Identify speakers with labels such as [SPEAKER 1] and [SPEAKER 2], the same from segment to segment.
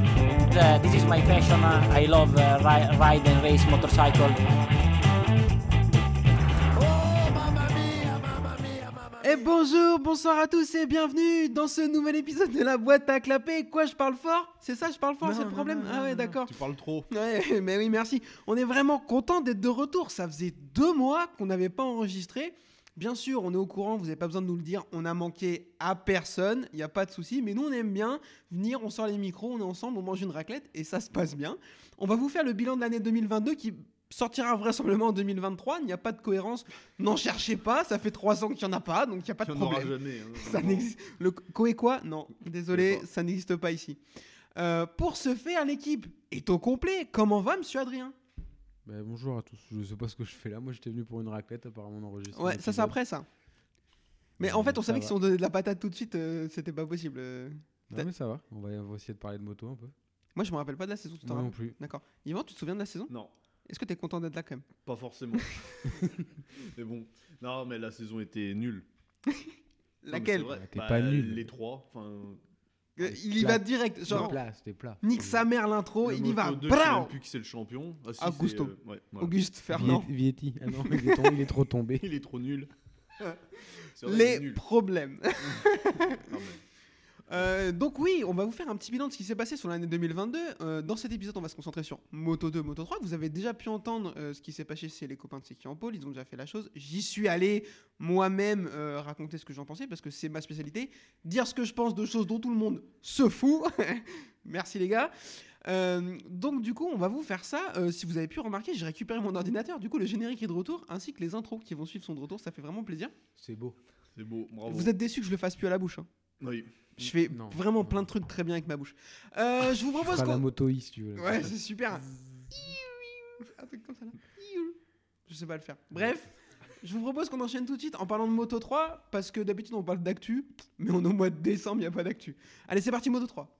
[SPEAKER 1] uh, this is my passion. I love uh, ri- ride and race motorcycle.
[SPEAKER 2] Et Eh, bonjour, bonsoir à tous et bienvenue dans ce nouvel épisode de la boîte à clapper. Quoi, je parle fort C'est ça, je parle fort, c'est le problème Ah ouais, d'accord.
[SPEAKER 3] Tu parles trop.
[SPEAKER 2] Ouais, mais oui, merci. On est vraiment content d'être de retour. Ça faisait deux mois qu'on n'avait pas enregistré. Bien sûr, on est au courant, vous n'avez pas besoin de nous le dire, on a manqué à personne, il n'y a pas de souci, mais nous on aime bien venir, on sort les micros, on est ensemble, on mange une raclette et ça se passe bien. On va vous faire le bilan de l'année 2022 qui sortira vraisemblablement en 2023, il n'y a pas de cohérence, n'en cherchez pas, ça fait trois ans qu'il n'y en a pas, donc il n'y a pas de
[SPEAKER 3] Tu en auras
[SPEAKER 2] problème.
[SPEAKER 3] jamais. hein,
[SPEAKER 2] Ça
[SPEAKER 3] vraiment.
[SPEAKER 2] n'existe. Le co et quoi Non, désolé,
[SPEAKER 3] D'accord.
[SPEAKER 2] ça n'existe pas ici. Euh, pour ce faire, l'équipe est au complet. Comment va, monsieur Adrien
[SPEAKER 4] Bah, bonjour à tous, je sais pas ce que je fais là, moi j'étais venu pour une raclette apparemment d'enregistrer.
[SPEAKER 2] Ouais, ça c'est après ça. Mais en
[SPEAKER 4] Ouais,
[SPEAKER 2] fait, on
[SPEAKER 4] ça
[SPEAKER 2] savait que
[SPEAKER 4] va.
[SPEAKER 2] si on donnait de la patate tout de suite, euh, c'était pas possible. euh.
[SPEAKER 4] Non mais ça va, on va, on va essayer de parler de moto un peu.
[SPEAKER 2] Moi, je me rappelle pas de la saison, tu t'en
[SPEAKER 4] Moi non
[SPEAKER 2] rappelles
[SPEAKER 4] plus.
[SPEAKER 2] D'accord. Yvan, tu te souviens de la saison
[SPEAKER 3] Non,
[SPEAKER 2] Est-ce que t'es content d'être là quand même
[SPEAKER 3] pas forcément. mais bon, non, mais la saison était nulle. Non, mais
[SPEAKER 2] Laquelle
[SPEAKER 3] c'est vrai. Ah,
[SPEAKER 4] Elle était
[SPEAKER 3] Bah,
[SPEAKER 4] pas nulle.
[SPEAKER 3] Les trois. Enfin,
[SPEAKER 2] Euh,
[SPEAKER 4] Elle
[SPEAKER 2] Il y va
[SPEAKER 4] claque.
[SPEAKER 2] direct.
[SPEAKER 4] C'était
[SPEAKER 2] Genre,
[SPEAKER 4] plat, c'était plat.
[SPEAKER 2] nique sa mère l'intro,
[SPEAKER 3] le
[SPEAKER 2] Oh, il y va.
[SPEAKER 3] Moto 2, je sais
[SPEAKER 2] Bravo
[SPEAKER 3] même plus qui c'est le champion. Ah, si,
[SPEAKER 2] Augusto.
[SPEAKER 3] c'est, euh, ouais, voilà.
[SPEAKER 2] Auguste
[SPEAKER 4] Viet-
[SPEAKER 2] Fernand.
[SPEAKER 4] Vietti, ah non, il, est tombé- il est trop tombé.
[SPEAKER 3] Il est trop nul. C'est vrai, il est
[SPEAKER 2] Les
[SPEAKER 3] nul.
[SPEAKER 2] problèmes.
[SPEAKER 3] Ah, mais-
[SPEAKER 2] Euh, donc oui, on va vous faire un petit bilan de ce qui s'est passé sur l'année 2022. Euh, dans cet épisode, on va se concentrer sur Moto 2, Moto 3. Vous avez déjà pu entendre euh, ce qui s'est passé chez les copains de C'est qui en pôle. Ils ont déjà fait la chose. J'y suis allé moi-même euh, raconter ce que j'en pensais parce que c'est ma spécialité. Dire ce que je pense de choses dont tout le monde se fout. Merci les gars. Euh, donc du coup, on va vous faire ça. Euh, si vous avez pu remarquer, j'ai récupéré mon ordinateur. Du coup, le générique est de retour ainsi que les intros qui vont suivre son de retour. Ça fait vraiment plaisir.
[SPEAKER 4] C'est beau.
[SPEAKER 3] C'est beau, bravo.
[SPEAKER 2] Vous êtes déçus que je le fasse plus à la bouche. hein.
[SPEAKER 3] Oui.
[SPEAKER 2] Je fais
[SPEAKER 4] Non.
[SPEAKER 2] vraiment plein de trucs très bien avec ma bouche. Euh, je vous
[SPEAKER 4] Tu
[SPEAKER 2] propose
[SPEAKER 4] feras la
[SPEAKER 2] qu'on...
[SPEAKER 4] moto I si tu veux. là.
[SPEAKER 2] Ouais, c'est super. Un truc comme ça là. Je sais pas le faire. Bref, je vous propose qu'on enchaîne tout de suite en parlant de Moto 3 parce que d'habitude on parle d'actu, mais on est au mois de décembre, il y a pas d'actu. Allez, c'est parti Moto 3.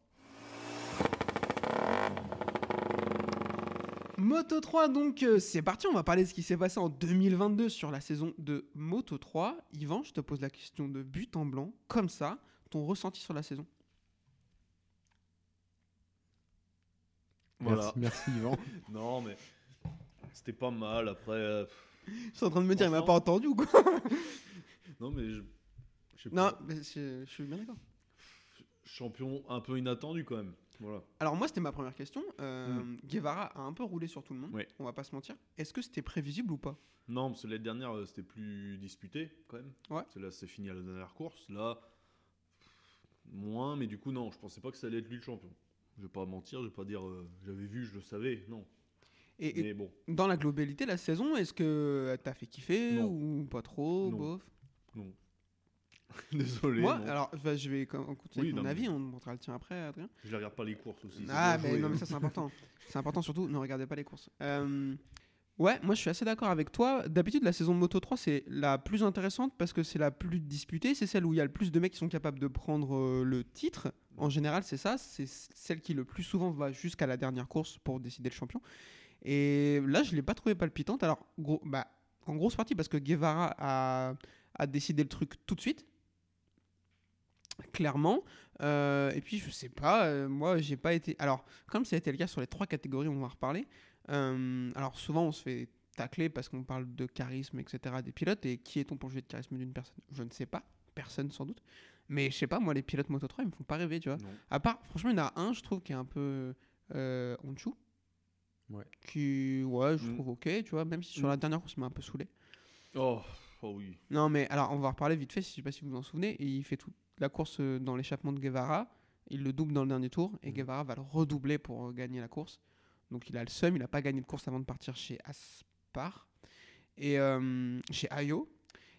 [SPEAKER 2] Moto 3, donc euh, c'est parti, on va parler de ce qui s'est passé en 2022 sur la saison de Moto 3. Yvan, je te pose la question de but en blanc, comme ça, ton ressenti sur la saison.
[SPEAKER 4] Merci,
[SPEAKER 3] Voilà.
[SPEAKER 4] merci Yvan.
[SPEAKER 3] Non, mais c'était pas mal. Après, euh,
[SPEAKER 2] Je suis en train de me dire, il m'a pas
[SPEAKER 3] Franchement.
[SPEAKER 2] entendu ou quoi
[SPEAKER 3] non, mais je. je sais
[SPEAKER 2] Non,
[SPEAKER 3] pas.
[SPEAKER 2] mais je, je suis bien d'accord.
[SPEAKER 3] Champion un peu inattendu quand même. Voilà.
[SPEAKER 2] Alors moi, c'était ma première question. Euh, Guevara a un peu roulé sur tout le monde,
[SPEAKER 3] Ouais.
[SPEAKER 2] on va pas se mentir. Est-ce que c'était prévisible ou pas
[SPEAKER 3] Non, parce que l'année dernière, euh, c'était plus disputé quand même.
[SPEAKER 2] Ouais.
[SPEAKER 3] Parce que là, c'est fini à la dernière course. Là, pff, moins, mais du coup, non, je pensais pas que ça allait être lui le champion. Je vais pas mentir, je vais pas dire euh, j'avais vu, je le savais, non.
[SPEAKER 2] Et, et
[SPEAKER 3] mais bon,
[SPEAKER 2] dans la globalité, la saison, est-ce que t'as fait kiffer
[SPEAKER 3] Non.
[SPEAKER 2] ou pas trop
[SPEAKER 3] Non.
[SPEAKER 2] bof
[SPEAKER 3] non. Désolé.
[SPEAKER 2] Moi,
[SPEAKER 3] non.
[SPEAKER 2] alors je vais- je vais com- continuer
[SPEAKER 3] Oui,
[SPEAKER 2] avec
[SPEAKER 3] non,
[SPEAKER 2] mon
[SPEAKER 3] mais-
[SPEAKER 2] avis, on montrera le tien après, Adrien.
[SPEAKER 3] Je les regarde pas les courses aussi. c'est
[SPEAKER 2] Ah,
[SPEAKER 3] bien
[SPEAKER 2] mais
[SPEAKER 3] joué,
[SPEAKER 2] non, mais
[SPEAKER 3] hein.
[SPEAKER 2] ça c'est important. C'est important surtout, ne regardez pas les courses. Euh, ouais, moi je suis assez d'accord avec toi. D'habitude, la saison de Moto 3, c'est la plus intéressante parce que c'est la plus disputée. C'est celle où il y a le plus de mecs qui sont capables de prendre euh, le titre. En général, c'est ça. C'est celle qui le plus souvent va jusqu'à la dernière course pour décider le champion. Et là, je l'ai pas trouvée palpitante. Alors, gros, bah, en grosse partie parce que Guevara a, a décidé le truc tout de suite. Clairement. Euh, et puis, je sais pas, euh, moi, j'ai pas été. Alors, comme ça a été le cas sur les trois catégories, on va en reparler. euh, alors, souvent, on se fait tacler parce qu'on parle de charisme, etc., des pilotes. Et qui est-on pour juger de charisme d'une personne Je ne sais pas. Personne, sans doute. Mais je sais pas, moi, les pilotes Moto 3, ils me font pas rêver, tu vois.
[SPEAKER 3] Non.
[SPEAKER 2] À part, franchement, il y en a un, je trouve, qui est un peu euh, Honshu.
[SPEAKER 4] Ouais.
[SPEAKER 2] Qui, ouais, je
[SPEAKER 3] Mm.
[SPEAKER 2] trouve ok, tu vois, même si sur
[SPEAKER 3] Mm.
[SPEAKER 2] la dernière course, il m'a un peu saoulé.
[SPEAKER 3] Oh, oh oui.
[SPEAKER 2] Non, mais alors, on va reparler vite fait, je sais pas si vous vous en souvenez. et il fait toute la course euh, dans l'échappement de Guevara. Il le double dans le dernier tour et
[SPEAKER 4] Mm.
[SPEAKER 2] Guevara va le redoubler pour euh, gagner la course. Donc, il a le seum, il n'a pas gagné de course avant de partir chez Aspar et euh, chez Ayo.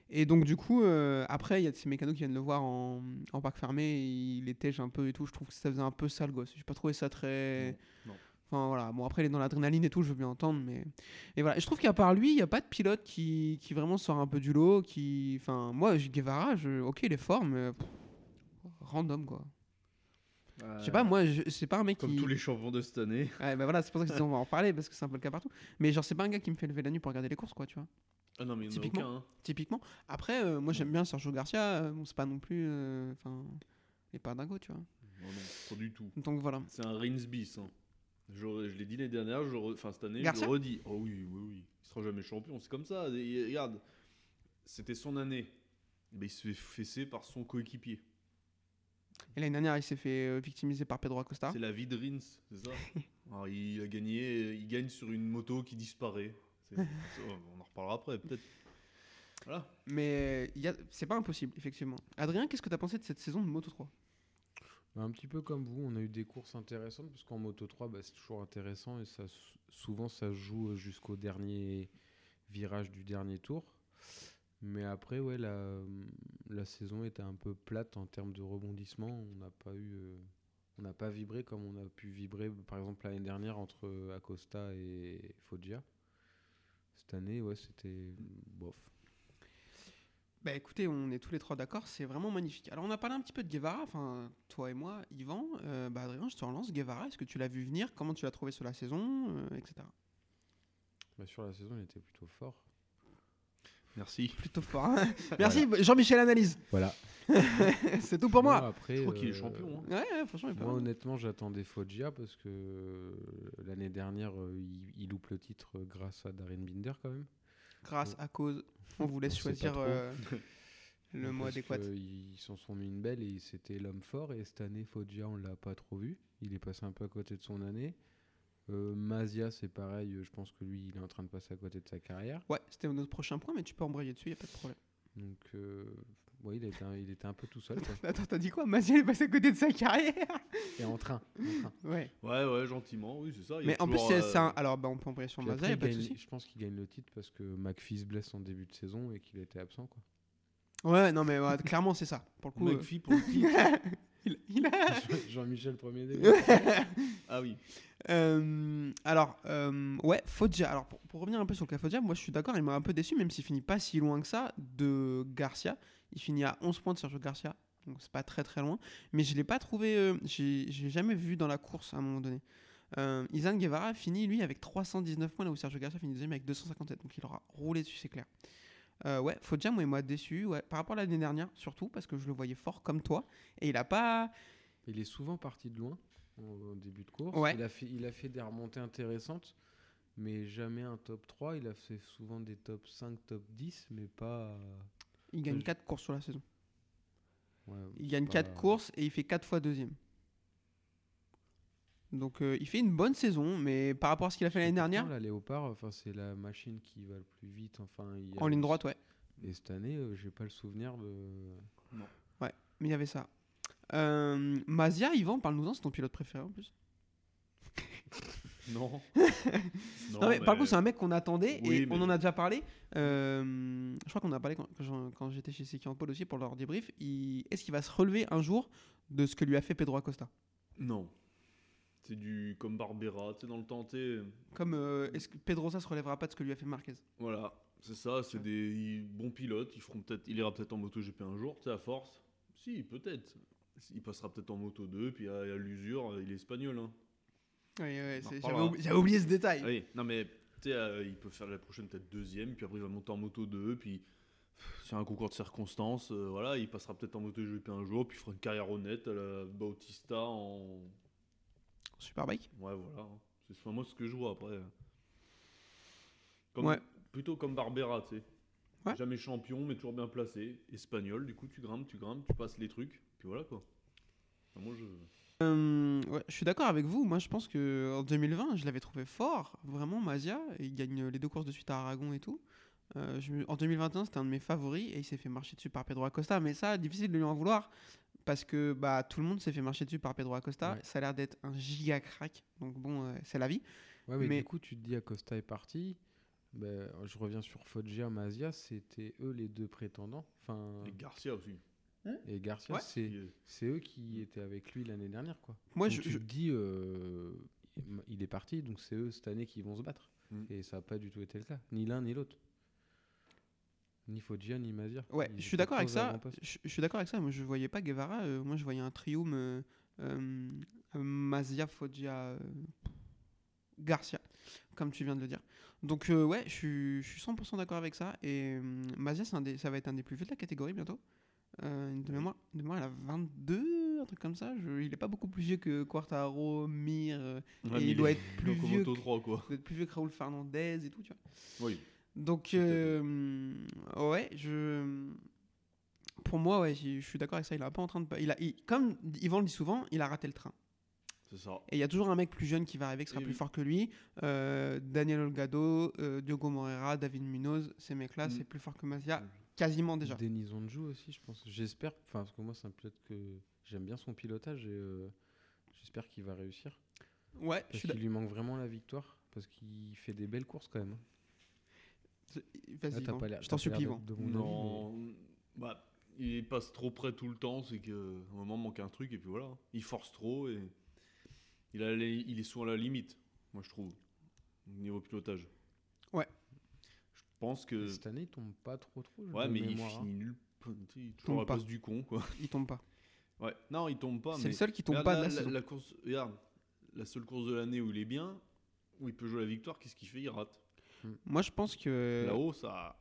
[SPEAKER 2] Et donc, du coup, euh, après, il y a ces mécanos qui viennent le voir en, en parc fermé. et il étège un peu et tout. Je trouve que ça faisait un peu sale gosse. J'ai pas trouvé ça très.
[SPEAKER 3] Non, non.
[SPEAKER 2] Enfin, voilà. Bon, après, il est dans l'adrénaline et tout, je veux bien entendre, mais. Et voilà, je trouve qu'à part lui, il n'y a pas de pilote qui, qui vraiment sort un peu du lot, qui... Enfin, moi, je- Guevara, je... ok, il est fort, mais... pff, random, quoi. Je sais pas, moi, je... c'est pas un mec
[SPEAKER 3] Euh, Comme
[SPEAKER 2] qui...
[SPEAKER 3] tous les champions de cette année.
[SPEAKER 2] Ouais, bah voilà, c'est pour ça que je disais, on va en parler, parce que c'est un peu le cas partout. Mais genre, c'est pas un gars qui me fait lever la nuit pour regarder les courses, quoi, tu vois.
[SPEAKER 3] Ah non, mais il y en a
[SPEAKER 2] Typiquement.
[SPEAKER 3] aucun. hein.
[SPEAKER 2] Typiquement. Après, euh, moi, j'aime bien Sergio Garcia, euh, bon, c'est pas non plus... euh, Enfin... il est pas dingo, tu vois.
[SPEAKER 3] Non, non, pas du tout.
[SPEAKER 2] Donc voilà.
[SPEAKER 3] C'est un Rinsby, ça. hein. J'aurais- Je, l'ai dit l'année dernière, je le re- enfin cette année, je
[SPEAKER 2] Garcia
[SPEAKER 3] le redis. Oh oui, oui, oui. Il sera jamais champion, c'est comme ça. Et regarde, c'était son année. Mais il se fait fesser par son coéquipier.
[SPEAKER 2] Et l'année dernière, il s'est fait euh, victimiser par Pedro Acosta.
[SPEAKER 3] C'est la vie de Rins, c'est ça Alors, Il a gagné, il gagne sur une moto qui disparaît. C'est- c'est- on en reparlera après, peut-être. Voilà.
[SPEAKER 2] Mais il y a- c'est pas impossible, effectivement. Adrien, qu'est-ce que t'as pensé de cette saison de Moto 3
[SPEAKER 4] Bah, un petit peu comme vous, on a eu des courses intéressantes parce qu'en Moto 3, bah, c'est toujours intéressant et ça, s- souvent ça se joue euh, jusqu'au dernier virage du dernier tour. Mais après, ouais, la, euh, la saison était un peu plate en termes de rebondissement. On n'a pas eu, euh, on n'a pas vibré comme on a pu vibrer, par exemple l'année dernière entre euh, Acosta et Foggia. Cette année, ouais, c'était hum, bof.
[SPEAKER 2] Bah écoutez, on est tous les trois d'accord, c'est vraiment magnifique. Alors on a parlé un petit peu de Guevara, enfin toi et moi, Yvan. Euh, bah Adrien, je te relance. Guevara, est-ce que tu l'as vu venir Comment tu l'as trouvé sur la saison Euh, Etc.
[SPEAKER 4] Bah, sur la saison, il était plutôt fort.
[SPEAKER 3] Merci.
[SPEAKER 2] Plutôt fort. hein. Merci Jean-Michel Analyse.
[SPEAKER 4] Voilà.
[SPEAKER 2] c'est tout pour moi.
[SPEAKER 4] après,
[SPEAKER 3] Je crois qu'il est
[SPEAKER 4] euh,
[SPEAKER 3] champion. hein.
[SPEAKER 2] Ouais, ouais, franchement, il est pas
[SPEAKER 4] Moi,
[SPEAKER 2] mal.
[SPEAKER 4] honnêtement, j'attendais Foggia parce que euh, l'année dernière, euh, il, il loupe le titre euh, grâce à Darren Binder quand même.
[SPEAKER 2] Grâce à cause, on vous laisse
[SPEAKER 4] On sait
[SPEAKER 2] choisir
[SPEAKER 4] pas trop.
[SPEAKER 2] euh, le
[SPEAKER 4] Parce
[SPEAKER 2] mot adéquat.
[SPEAKER 4] que Ils s'en sont mis une belle et c'était l'homme fort. Et cette année, Foggia, on l'a pas trop vu. Il est passé un peu à côté de son année. Euh, Mazia, c'est pareil. euh, Je pense que lui, il est en train de passer à côté de sa carrière.
[SPEAKER 2] Ouais, c'était notre prochain point, mais tu peux embrayer dessus, y a pas de problème.
[SPEAKER 4] Donc, euh, ouais, il, était un, il était un peu tout seul. quoi.
[SPEAKER 2] Attends, t'as dit quoi Maziel est passé à côté de sa carrière
[SPEAKER 4] Et en train. en train.
[SPEAKER 2] Ouais.
[SPEAKER 3] Ouais, ouais, gentiment, oui, c'est ça. il y a
[SPEAKER 2] Mais en plus,
[SPEAKER 3] toujours,
[SPEAKER 2] c'est
[SPEAKER 3] euh,
[SPEAKER 2] c'est un- Alors, bah, on peut embrayer sur
[SPEAKER 4] Puis après,
[SPEAKER 2] Maziel, y a
[SPEAKER 4] il
[SPEAKER 2] pas de
[SPEAKER 4] gagne-
[SPEAKER 2] souci.
[SPEAKER 4] je pense qu'il gagne le titre parce que McPhee se blesse en début de saison et qu'il était absent. Quoi.
[SPEAKER 2] Ouais, non, mais ouais, clairement, c'est ça. Pour le coup, euh,
[SPEAKER 3] McPhee pour le titre.
[SPEAKER 2] il, il a.
[SPEAKER 4] Jean-Michel premier
[SPEAKER 3] Ah oui.
[SPEAKER 2] Euh, alors, euh, ouais, Foggia. Alors, pour, pour revenir un peu sur le cas Foggia, moi je suis d'accord, il m'a un peu déçu, même s'il finit pas si loin que ça de Garcia. Il finit à 11 points de Sergio Garcia, donc c'est pas très très loin. Mais je l'ai pas trouvé, euh, j'ai j'ai jamais vu dans la course à un moment donné. Euh, Izan Guevara finit lui avec 319 points, là où Sergio Garcia finit deuxième avec 257, donc il aura roulé dessus, c'est clair. Euh, ouais, Foggia, moi, il m'a déçu, ouais, par rapport à l'année dernière, surtout parce que je le voyais fort comme toi, et il a pas.
[SPEAKER 4] Il est souvent parti de loin au au début de course.
[SPEAKER 2] Ouais.
[SPEAKER 4] Il, a fait, il a fait des remontées intéressantes, mais jamais un top 3. Il a fait souvent des top 5, top 10, mais pas. euh,
[SPEAKER 2] Il gagne
[SPEAKER 4] Ouais, je-
[SPEAKER 2] 4 courses sur la saison.
[SPEAKER 4] ouais,
[SPEAKER 2] Il
[SPEAKER 4] c'est
[SPEAKER 2] gagne
[SPEAKER 4] pas-
[SPEAKER 2] 4 courses et il fait 4 fois deuxième. Donc euh, il fait une bonne saison, mais par rapport à ce qu'il a fait
[SPEAKER 4] Et
[SPEAKER 2] l'année
[SPEAKER 4] pourtant,
[SPEAKER 2] dernière,
[SPEAKER 4] La Léopard, enfin, c'est la machine qui va le plus vite. Enfin, il y a-
[SPEAKER 2] en ligne droite, ouais,
[SPEAKER 4] Et cette année, euh, j'ai pas le souvenir de.
[SPEAKER 2] mais il y avait ça. Euh, Mazia, Yvan, parle-nous-en, c'est ton pilote préféré en plus.
[SPEAKER 3] Non.
[SPEAKER 2] Non, mais Par contre, c'est un mec qu'on attendait et
[SPEAKER 3] Oui, mais-
[SPEAKER 2] on en a déjà parlé. Euh, je crois qu'on en a parlé quand, quand j'en- quand j'étais chez Seki en Paul aussi pour leur débrief. Il- Est-ce qu'il va se relever un jour de ce que lui a fait Pedro Acosta
[SPEAKER 3] Non. C'est du. Comme Barbera, tu sais, dans le temps, tu sais,
[SPEAKER 2] Comme euh, est-ce que Pedrosa se relèvera pas de ce que lui a fait Marquez
[SPEAKER 3] Voilà, c'est ça, c'est
[SPEAKER 2] Ouais.
[SPEAKER 3] des ils- bons pilotes, ils feront peut-être, il ira peut-être en moto GP un jour, tu sais, à force. Si, peut-être. Il passera peut-être en moto 2, puis à, à l'usure, il est espagnol. Hein.
[SPEAKER 2] Oui, ouais,
[SPEAKER 3] On
[SPEAKER 2] c'est-
[SPEAKER 3] en
[SPEAKER 2] j'avais
[SPEAKER 3] reparlera.
[SPEAKER 2] oubli- j'avais oublié ce détail.
[SPEAKER 3] Ah Oui, non mais, tu sais, euh, il peut faire la prochaine peut-être deuxième, puis après il va monter en moto 2, puis c'est un concours de circonstances, euh, voilà, il passera peut-être en moto GP un jour, puis il fera une carrière honnête à la Bautista en...
[SPEAKER 2] Superbike.
[SPEAKER 3] Ouais, voilà, hein. c'est ce- moi ce que je vois après. Comme-
[SPEAKER 2] Ouais.
[SPEAKER 3] Plutôt comme Barbera, tu sais.
[SPEAKER 2] Ouais.
[SPEAKER 3] Jamais champion, mais toujours bien placé. Espagnol, du coup, tu grimpes, tu grimpes, tu passes les trucs, puis voilà quoi. Enfin, moi, je...
[SPEAKER 2] Euh, ouais, je suis d'accord avec vous. Moi, je pense que en 2020, je l'avais trouvé fort, vraiment Mazia. Il gagne euh, les deux courses de suite à Aragon et tout. Euh, je me- en 2021, c'était un de mes favoris et il s'est fait marcher dessus par Pedro Acosta. Mais ça, difficile de lui en vouloir parce que bah tout le monde s'est fait marcher dessus par Pedro Acosta.
[SPEAKER 4] Ouais.
[SPEAKER 2] Ça a l'air d'être un giga crack. Donc bon, euh, c'est la vie.
[SPEAKER 4] Ouais, mais,
[SPEAKER 2] Mais-
[SPEAKER 4] du coup, tu te dis Acosta est parti. Ben, je reviens sur Foggia, Mazia, c'était eux les deux prétendants. Enfin,
[SPEAKER 3] Et Garcia aussi.
[SPEAKER 4] et Garcia,
[SPEAKER 2] Ouais.
[SPEAKER 4] c'est
[SPEAKER 3] Il est-
[SPEAKER 4] c'est eux qui étaient avec lui l'année dernière, quoi.
[SPEAKER 2] Moi,
[SPEAKER 4] Donc
[SPEAKER 2] je,
[SPEAKER 4] tu
[SPEAKER 2] je-
[SPEAKER 4] te dis, euh, il est parti, donc c'est eux cette année qui vont se battre.
[SPEAKER 3] Mm.
[SPEAKER 4] Et ça n'a pas du tout été le cas, ni l'un ni l'autre. Ni Foggia, ni Mazir.
[SPEAKER 2] ouais,
[SPEAKER 4] Ils
[SPEAKER 2] je suis
[SPEAKER 4] étaient
[SPEAKER 2] d'accord avec
[SPEAKER 4] aux
[SPEAKER 2] ça.
[SPEAKER 4] avant-postes.
[SPEAKER 2] Je, je suis d'accord avec ça. Moi, je voyais pas Guevara. euh, moi, je voyais un trium euh, euh, Mazia, Foggia, euh, Garcia, comme tu viens de le dire. Donc, euh, ouais, je suis, je suis 100% d'accord avec ça. Et euh, Mazia, c'est un des- ça va être un des plus vieux de la catégorie bientôt. Euh, de, mémoire, de mémoire, elle a 22, un truc comme ça. Je- il est pas beaucoup plus vieux que Quartaro, Mir, euh,
[SPEAKER 3] Ouais,
[SPEAKER 2] et
[SPEAKER 3] mais
[SPEAKER 2] il doit
[SPEAKER 3] est-
[SPEAKER 2] être plus
[SPEAKER 3] donc au
[SPEAKER 2] vieux
[SPEAKER 3] moto
[SPEAKER 2] que-
[SPEAKER 3] 3, quoi.
[SPEAKER 2] il doit être plus vieux que Raoul Fernandez et tout, tu vois.
[SPEAKER 3] Oui.
[SPEAKER 2] Donc,
[SPEAKER 3] à fait.
[SPEAKER 2] euh, ouais, je. Pour moi, ouais, j'y- je suis d'accord avec ça. Il est un peu en train de. pa- Il a, il- comme Yvan le dit souvent, il a raté le train.
[SPEAKER 3] C'est ça.
[SPEAKER 2] Et il y a toujours un mec plus jeune qui va arriver, qui sera
[SPEAKER 3] Eh
[SPEAKER 2] plus
[SPEAKER 3] oui.
[SPEAKER 2] fort que lui. Euh, Daniel Olgado, euh, Diogo Moreira, David Munoz, ces mecs-là,
[SPEAKER 3] Mm.
[SPEAKER 2] c'est plus fort que Masia,
[SPEAKER 3] Mm.
[SPEAKER 2] quasiment déjà.
[SPEAKER 4] Denis Anjou aussi, je pense. J'espère, enfin, parce que moi, c'est un pilote que j'aime bien son pilotage et euh, j'espère qu'il va réussir.
[SPEAKER 2] Ouais, je
[SPEAKER 4] Parce
[SPEAKER 2] suis d'ac-
[SPEAKER 4] qu'il lui manque vraiment la victoire, parce qu'il fait des belles courses quand même.
[SPEAKER 2] Vas-y,
[SPEAKER 4] Là, Ah, t'as
[SPEAKER 2] Yvan.
[SPEAKER 4] pas l'air-
[SPEAKER 2] je
[SPEAKER 4] t'as
[SPEAKER 2] t'en
[SPEAKER 4] pas
[SPEAKER 2] supplie, hein.
[SPEAKER 4] l'air
[SPEAKER 2] Yvan.
[SPEAKER 4] d'être de mon avis,
[SPEAKER 3] Non. Bah, il passe trop près tout le temps, c'est qu'à un moment, il manque un truc, et puis voilà. Il force trop, et il, a les- il est souvent à la limite, moi, je trouve, au niveau pilotage.
[SPEAKER 2] Ouais.
[SPEAKER 3] Je pense
[SPEAKER 4] mais
[SPEAKER 3] que.
[SPEAKER 4] cette année, il tombe pas trop trop. je-
[SPEAKER 3] Ouais,
[SPEAKER 4] de
[SPEAKER 3] mais
[SPEAKER 4] mémoire,
[SPEAKER 3] il
[SPEAKER 4] hein.
[SPEAKER 3] finit nul. Il est toujours à
[SPEAKER 2] Tombe
[SPEAKER 3] la
[SPEAKER 2] pas.
[SPEAKER 3] place du con, quoi.
[SPEAKER 2] Il tombe pas.
[SPEAKER 3] Ouais. Non, il tombe pas,
[SPEAKER 2] C'est
[SPEAKER 3] mais.
[SPEAKER 2] le seul qui tombe
[SPEAKER 3] Regarde,
[SPEAKER 2] pas de
[SPEAKER 3] là,
[SPEAKER 2] la saison.
[SPEAKER 3] course, regarde, la seule course de l'année où il est bien, où il peut jouer la victoire, qu'est-ce qu'il fait Il rate.
[SPEAKER 2] Moi, je pense que.
[SPEAKER 3] Là-haut, ça.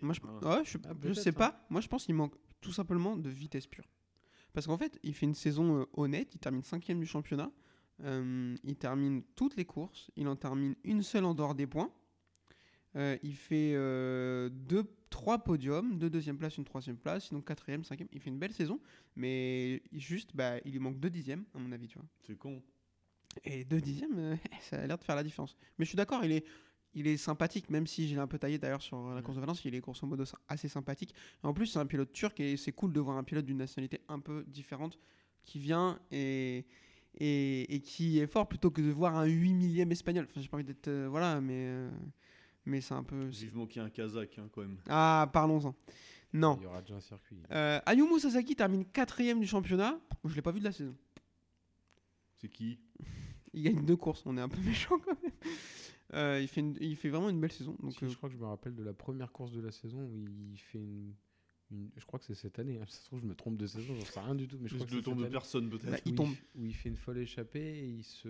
[SPEAKER 2] Moi, je,
[SPEAKER 3] Voilà.
[SPEAKER 2] ouais, je,
[SPEAKER 4] Ah,
[SPEAKER 2] je
[SPEAKER 4] peut-être,
[SPEAKER 2] sais
[SPEAKER 4] hein.
[SPEAKER 2] pas. Moi, je pense qu'il manque tout simplement de vitesse pure. Parce qu'en fait, il fait une saison euh, honnête. Il termine cinquième du championnat. Euh, il termine toutes les courses. Il en termine une seule en dehors des points. Euh, il fait euh, deux, trois podiums, deux deuxième places, une troisième place, sinon quatrième, cinquième. Il fait une belle saison, mais il- juste, bah, il lui manque deux dixièmes, à mon avis, tu vois.
[SPEAKER 3] C'est con.
[SPEAKER 2] Et deux dixièmes, euh, ça a l'air de faire la différence. Mais je suis d'accord, il est, il est sympathique, même si j'ai un peu taillé d'ailleurs sur euh, la course de Valence, il est grosso modo sy- assez sympathique. En plus, c'est un pilote turc et c'est cool de voir un pilote d'une nationalité un peu différente qui vient et, et, et qui est fort plutôt que de voir un 8 millième espagnol. Enfin, j'ai pas envie d'être. euh, voilà, mais, euh, mais c'est un peu. c'est-
[SPEAKER 3] Vivement qu'il y a un Kazakh, hein, quand même.
[SPEAKER 2] Ah, parlons-en. Non.
[SPEAKER 4] Il y aura déjà un circuit.
[SPEAKER 2] Euh, Ayumu Sasaki termine quatrième du championnat. Je l'ai pas vu de la saison.
[SPEAKER 3] C'est qui
[SPEAKER 2] Il gagne deux courses, on est un peu méchant quand même. Euh, il, fait une- il fait vraiment une belle saison. Donc,
[SPEAKER 4] Si,
[SPEAKER 2] euh,
[SPEAKER 4] je crois que je me rappelle de la première course de la saison où il fait une. une- je crois que c'est cette année. hein. Ça se trouve, je me trompe de saison, j'en sais rien du tout. Mais je
[SPEAKER 3] Plus
[SPEAKER 4] crois que
[SPEAKER 3] de
[SPEAKER 4] c'est
[SPEAKER 3] tombe de
[SPEAKER 4] cette année
[SPEAKER 3] personne, peut-être.
[SPEAKER 2] Bah, il
[SPEAKER 4] où
[SPEAKER 2] tombe.
[SPEAKER 4] f- où il fait une folle échappée et il se.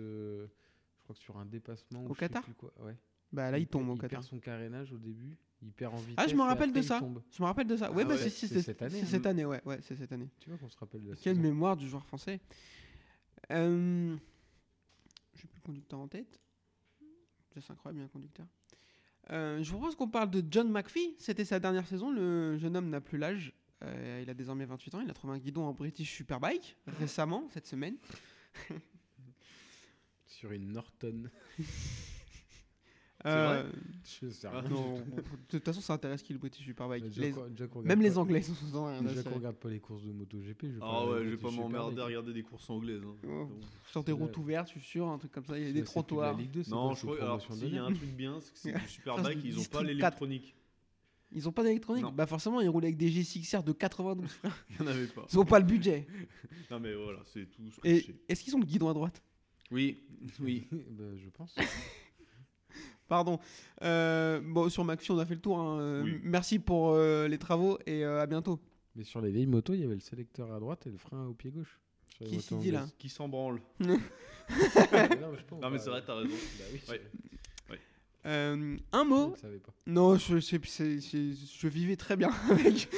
[SPEAKER 4] Je crois que sur un dépassement. ou
[SPEAKER 2] Au
[SPEAKER 4] je sais
[SPEAKER 2] Qatar
[SPEAKER 4] plus quoi, ouais.
[SPEAKER 2] bah, là, il tombe au
[SPEAKER 4] Il
[SPEAKER 2] Qatar.
[SPEAKER 4] perd son carénage au début. Il perd en vitesse.
[SPEAKER 2] Ah, je m'en
[SPEAKER 4] et
[SPEAKER 2] rappelle de
[SPEAKER 4] après, il
[SPEAKER 2] ça.
[SPEAKER 4] tombe.
[SPEAKER 2] Je me rappelle de ça. Ouais,
[SPEAKER 3] Ah
[SPEAKER 2] bah,
[SPEAKER 3] ouais,
[SPEAKER 2] c'est, c'est-
[SPEAKER 4] c'est
[SPEAKER 2] c'est-
[SPEAKER 4] cette année,
[SPEAKER 2] c'est
[SPEAKER 4] hein.
[SPEAKER 2] cette année, ouais, ouais, c'est cette année.
[SPEAKER 4] Tu vois qu'on se rappelle de la
[SPEAKER 2] Quelle
[SPEAKER 4] saison.
[SPEAKER 2] mémoire du joueur français. Euh, J'ai plus le conducteur en tête. C'est incroyable, il y a un conducteur. Euh, je vous propose qu'on parle de John McPhee. C'était sa dernière saison. Le jeune homme n'a plus l'âge. Euh, il a désormais 28 ans. Il a trouvé un guidon en British Superbike récemment, cette semaine.
[SPEAKER 4] Sur une Norton.
[SPEAKER 2] Euh,
[SPEAKER 4] Je sais
[SPEAKER 3] Ah,
[SPEAKER 4] rien.
[SPEAKER 2] Non, de toute façon, ça intéresse qui le British Superbike
[SPEAKER 4] Déjà
[SPEAKER 2] Ah, Les-
[SPEAKER 4] qu'on- déjà qu'on
[SPEAKER 2] Même
[SPEAKER 4] regarde
[SPEAKER 2] les
[SPEAKER 4] pas-
[SPEAKER 2] Anglais Ah, sont sans rien à
[SPEAKER 4] Déjà qu'on
[SPEAKER 2] cirer.
[SPEAKER 4] regarde pas les courses de MotoGP. Je
[SPEAKER 3] Ah ouais, je vais pas m'emmerder à
[SPEAKER 4] regarder.
[SPEAKER 3] regarder des courses anglaises. hein.
[SPEAKER 2] Ouais.
[SPEAKER 3] Donc,
[SPEAKER 2] Sur des
[SPEAKER 4] C'est vrai.
[SPEAKER 2] routes ouvertes, je suis sûr, un truc comme ça, il y a
[SPEAKER 4] C'est
[SPEAKER 2] des
[SPEAKER 4] la circuit de la
[SPEAKER 2] trottoirs.
[SPEAKER 4] Ligue 2, c'est
[SPEAKER 3] Non,
[SPEAKER 4] quoi,
[SPEAKER 3] je
[SPEAKER 4] c'est
[SPEAKER 3] crois alors hein.
[SPEAKER 4] promotion de
[SPEAKER 3] s'il y a
[SPEAKER 4] l'année
[SPEAKER 3] un truc bien, c'est que c'est du Superbike,
[SPEAKER 2] du
[SPEAKER 3] ils ont pas
[SPEAKER 2] District
[SPEAKER 3] l'électronique.
[SPEAKER 2] Ils ont pas d'électronique.
[SPEAKER 3] Non.
[SPEAKER 2] Bah forcément, ils roulent avec des G6R de 92 frères.
[SPEAKER 3] Il y en avait pas.
[SPEAKER 2] Ils ont pas le budget.
[SPEAKER 3] Non mais voilà, c'est tout ce que je
[SPEAKER 2] Et
[SPEAKER 3] sais.
[SPEAKER 2] est-ce qu'ils ont le guidon à droite
[SPEAKER 3] Oui, oui.
[SPEAKER 4] Bah, je pense.
[SPEAKER 2] Pardon. Euh, bon, sur McPhee, on a fait le tour. hein. Euh,
[SPEAKER 3] Oui.
[SPEAKER 2] Merci pour euh, les travaux et euh, à bientôt.
[SPEAKER 4] Mais sur les vieilles motos, il y avait le sélecteur à droite et le frein au pied gauche. Sur les
[SPEAKER 2] Qui s'y
[SPEAKER 4] motos
[SPEAKER 2] dit, là
[SPEAKER 4] anglaises.
[SPEAKER 3] Qui s'en branle
[SPEAKER 4] non, mais je sais pas,
[SPEAKER 2] hein Oh,
[SPEAKER 4] on
[SPEAKER 3] Non mais
[SPEAKER 4] parle-
[SPEAKER 3] c'est vrai, t'as raison.
[SPEAKER 4] Bah oui,
[SPEAKER 3] Ouais.
[SPEAKER 2] Euh, un
[SPEAKER 4] je
[SPEAKER 2] mot
[SPEAKER 4] ne savais pas.
[SPEAKER 2] Non, je, c'est- c'est- c'est- je vivais très bien avec.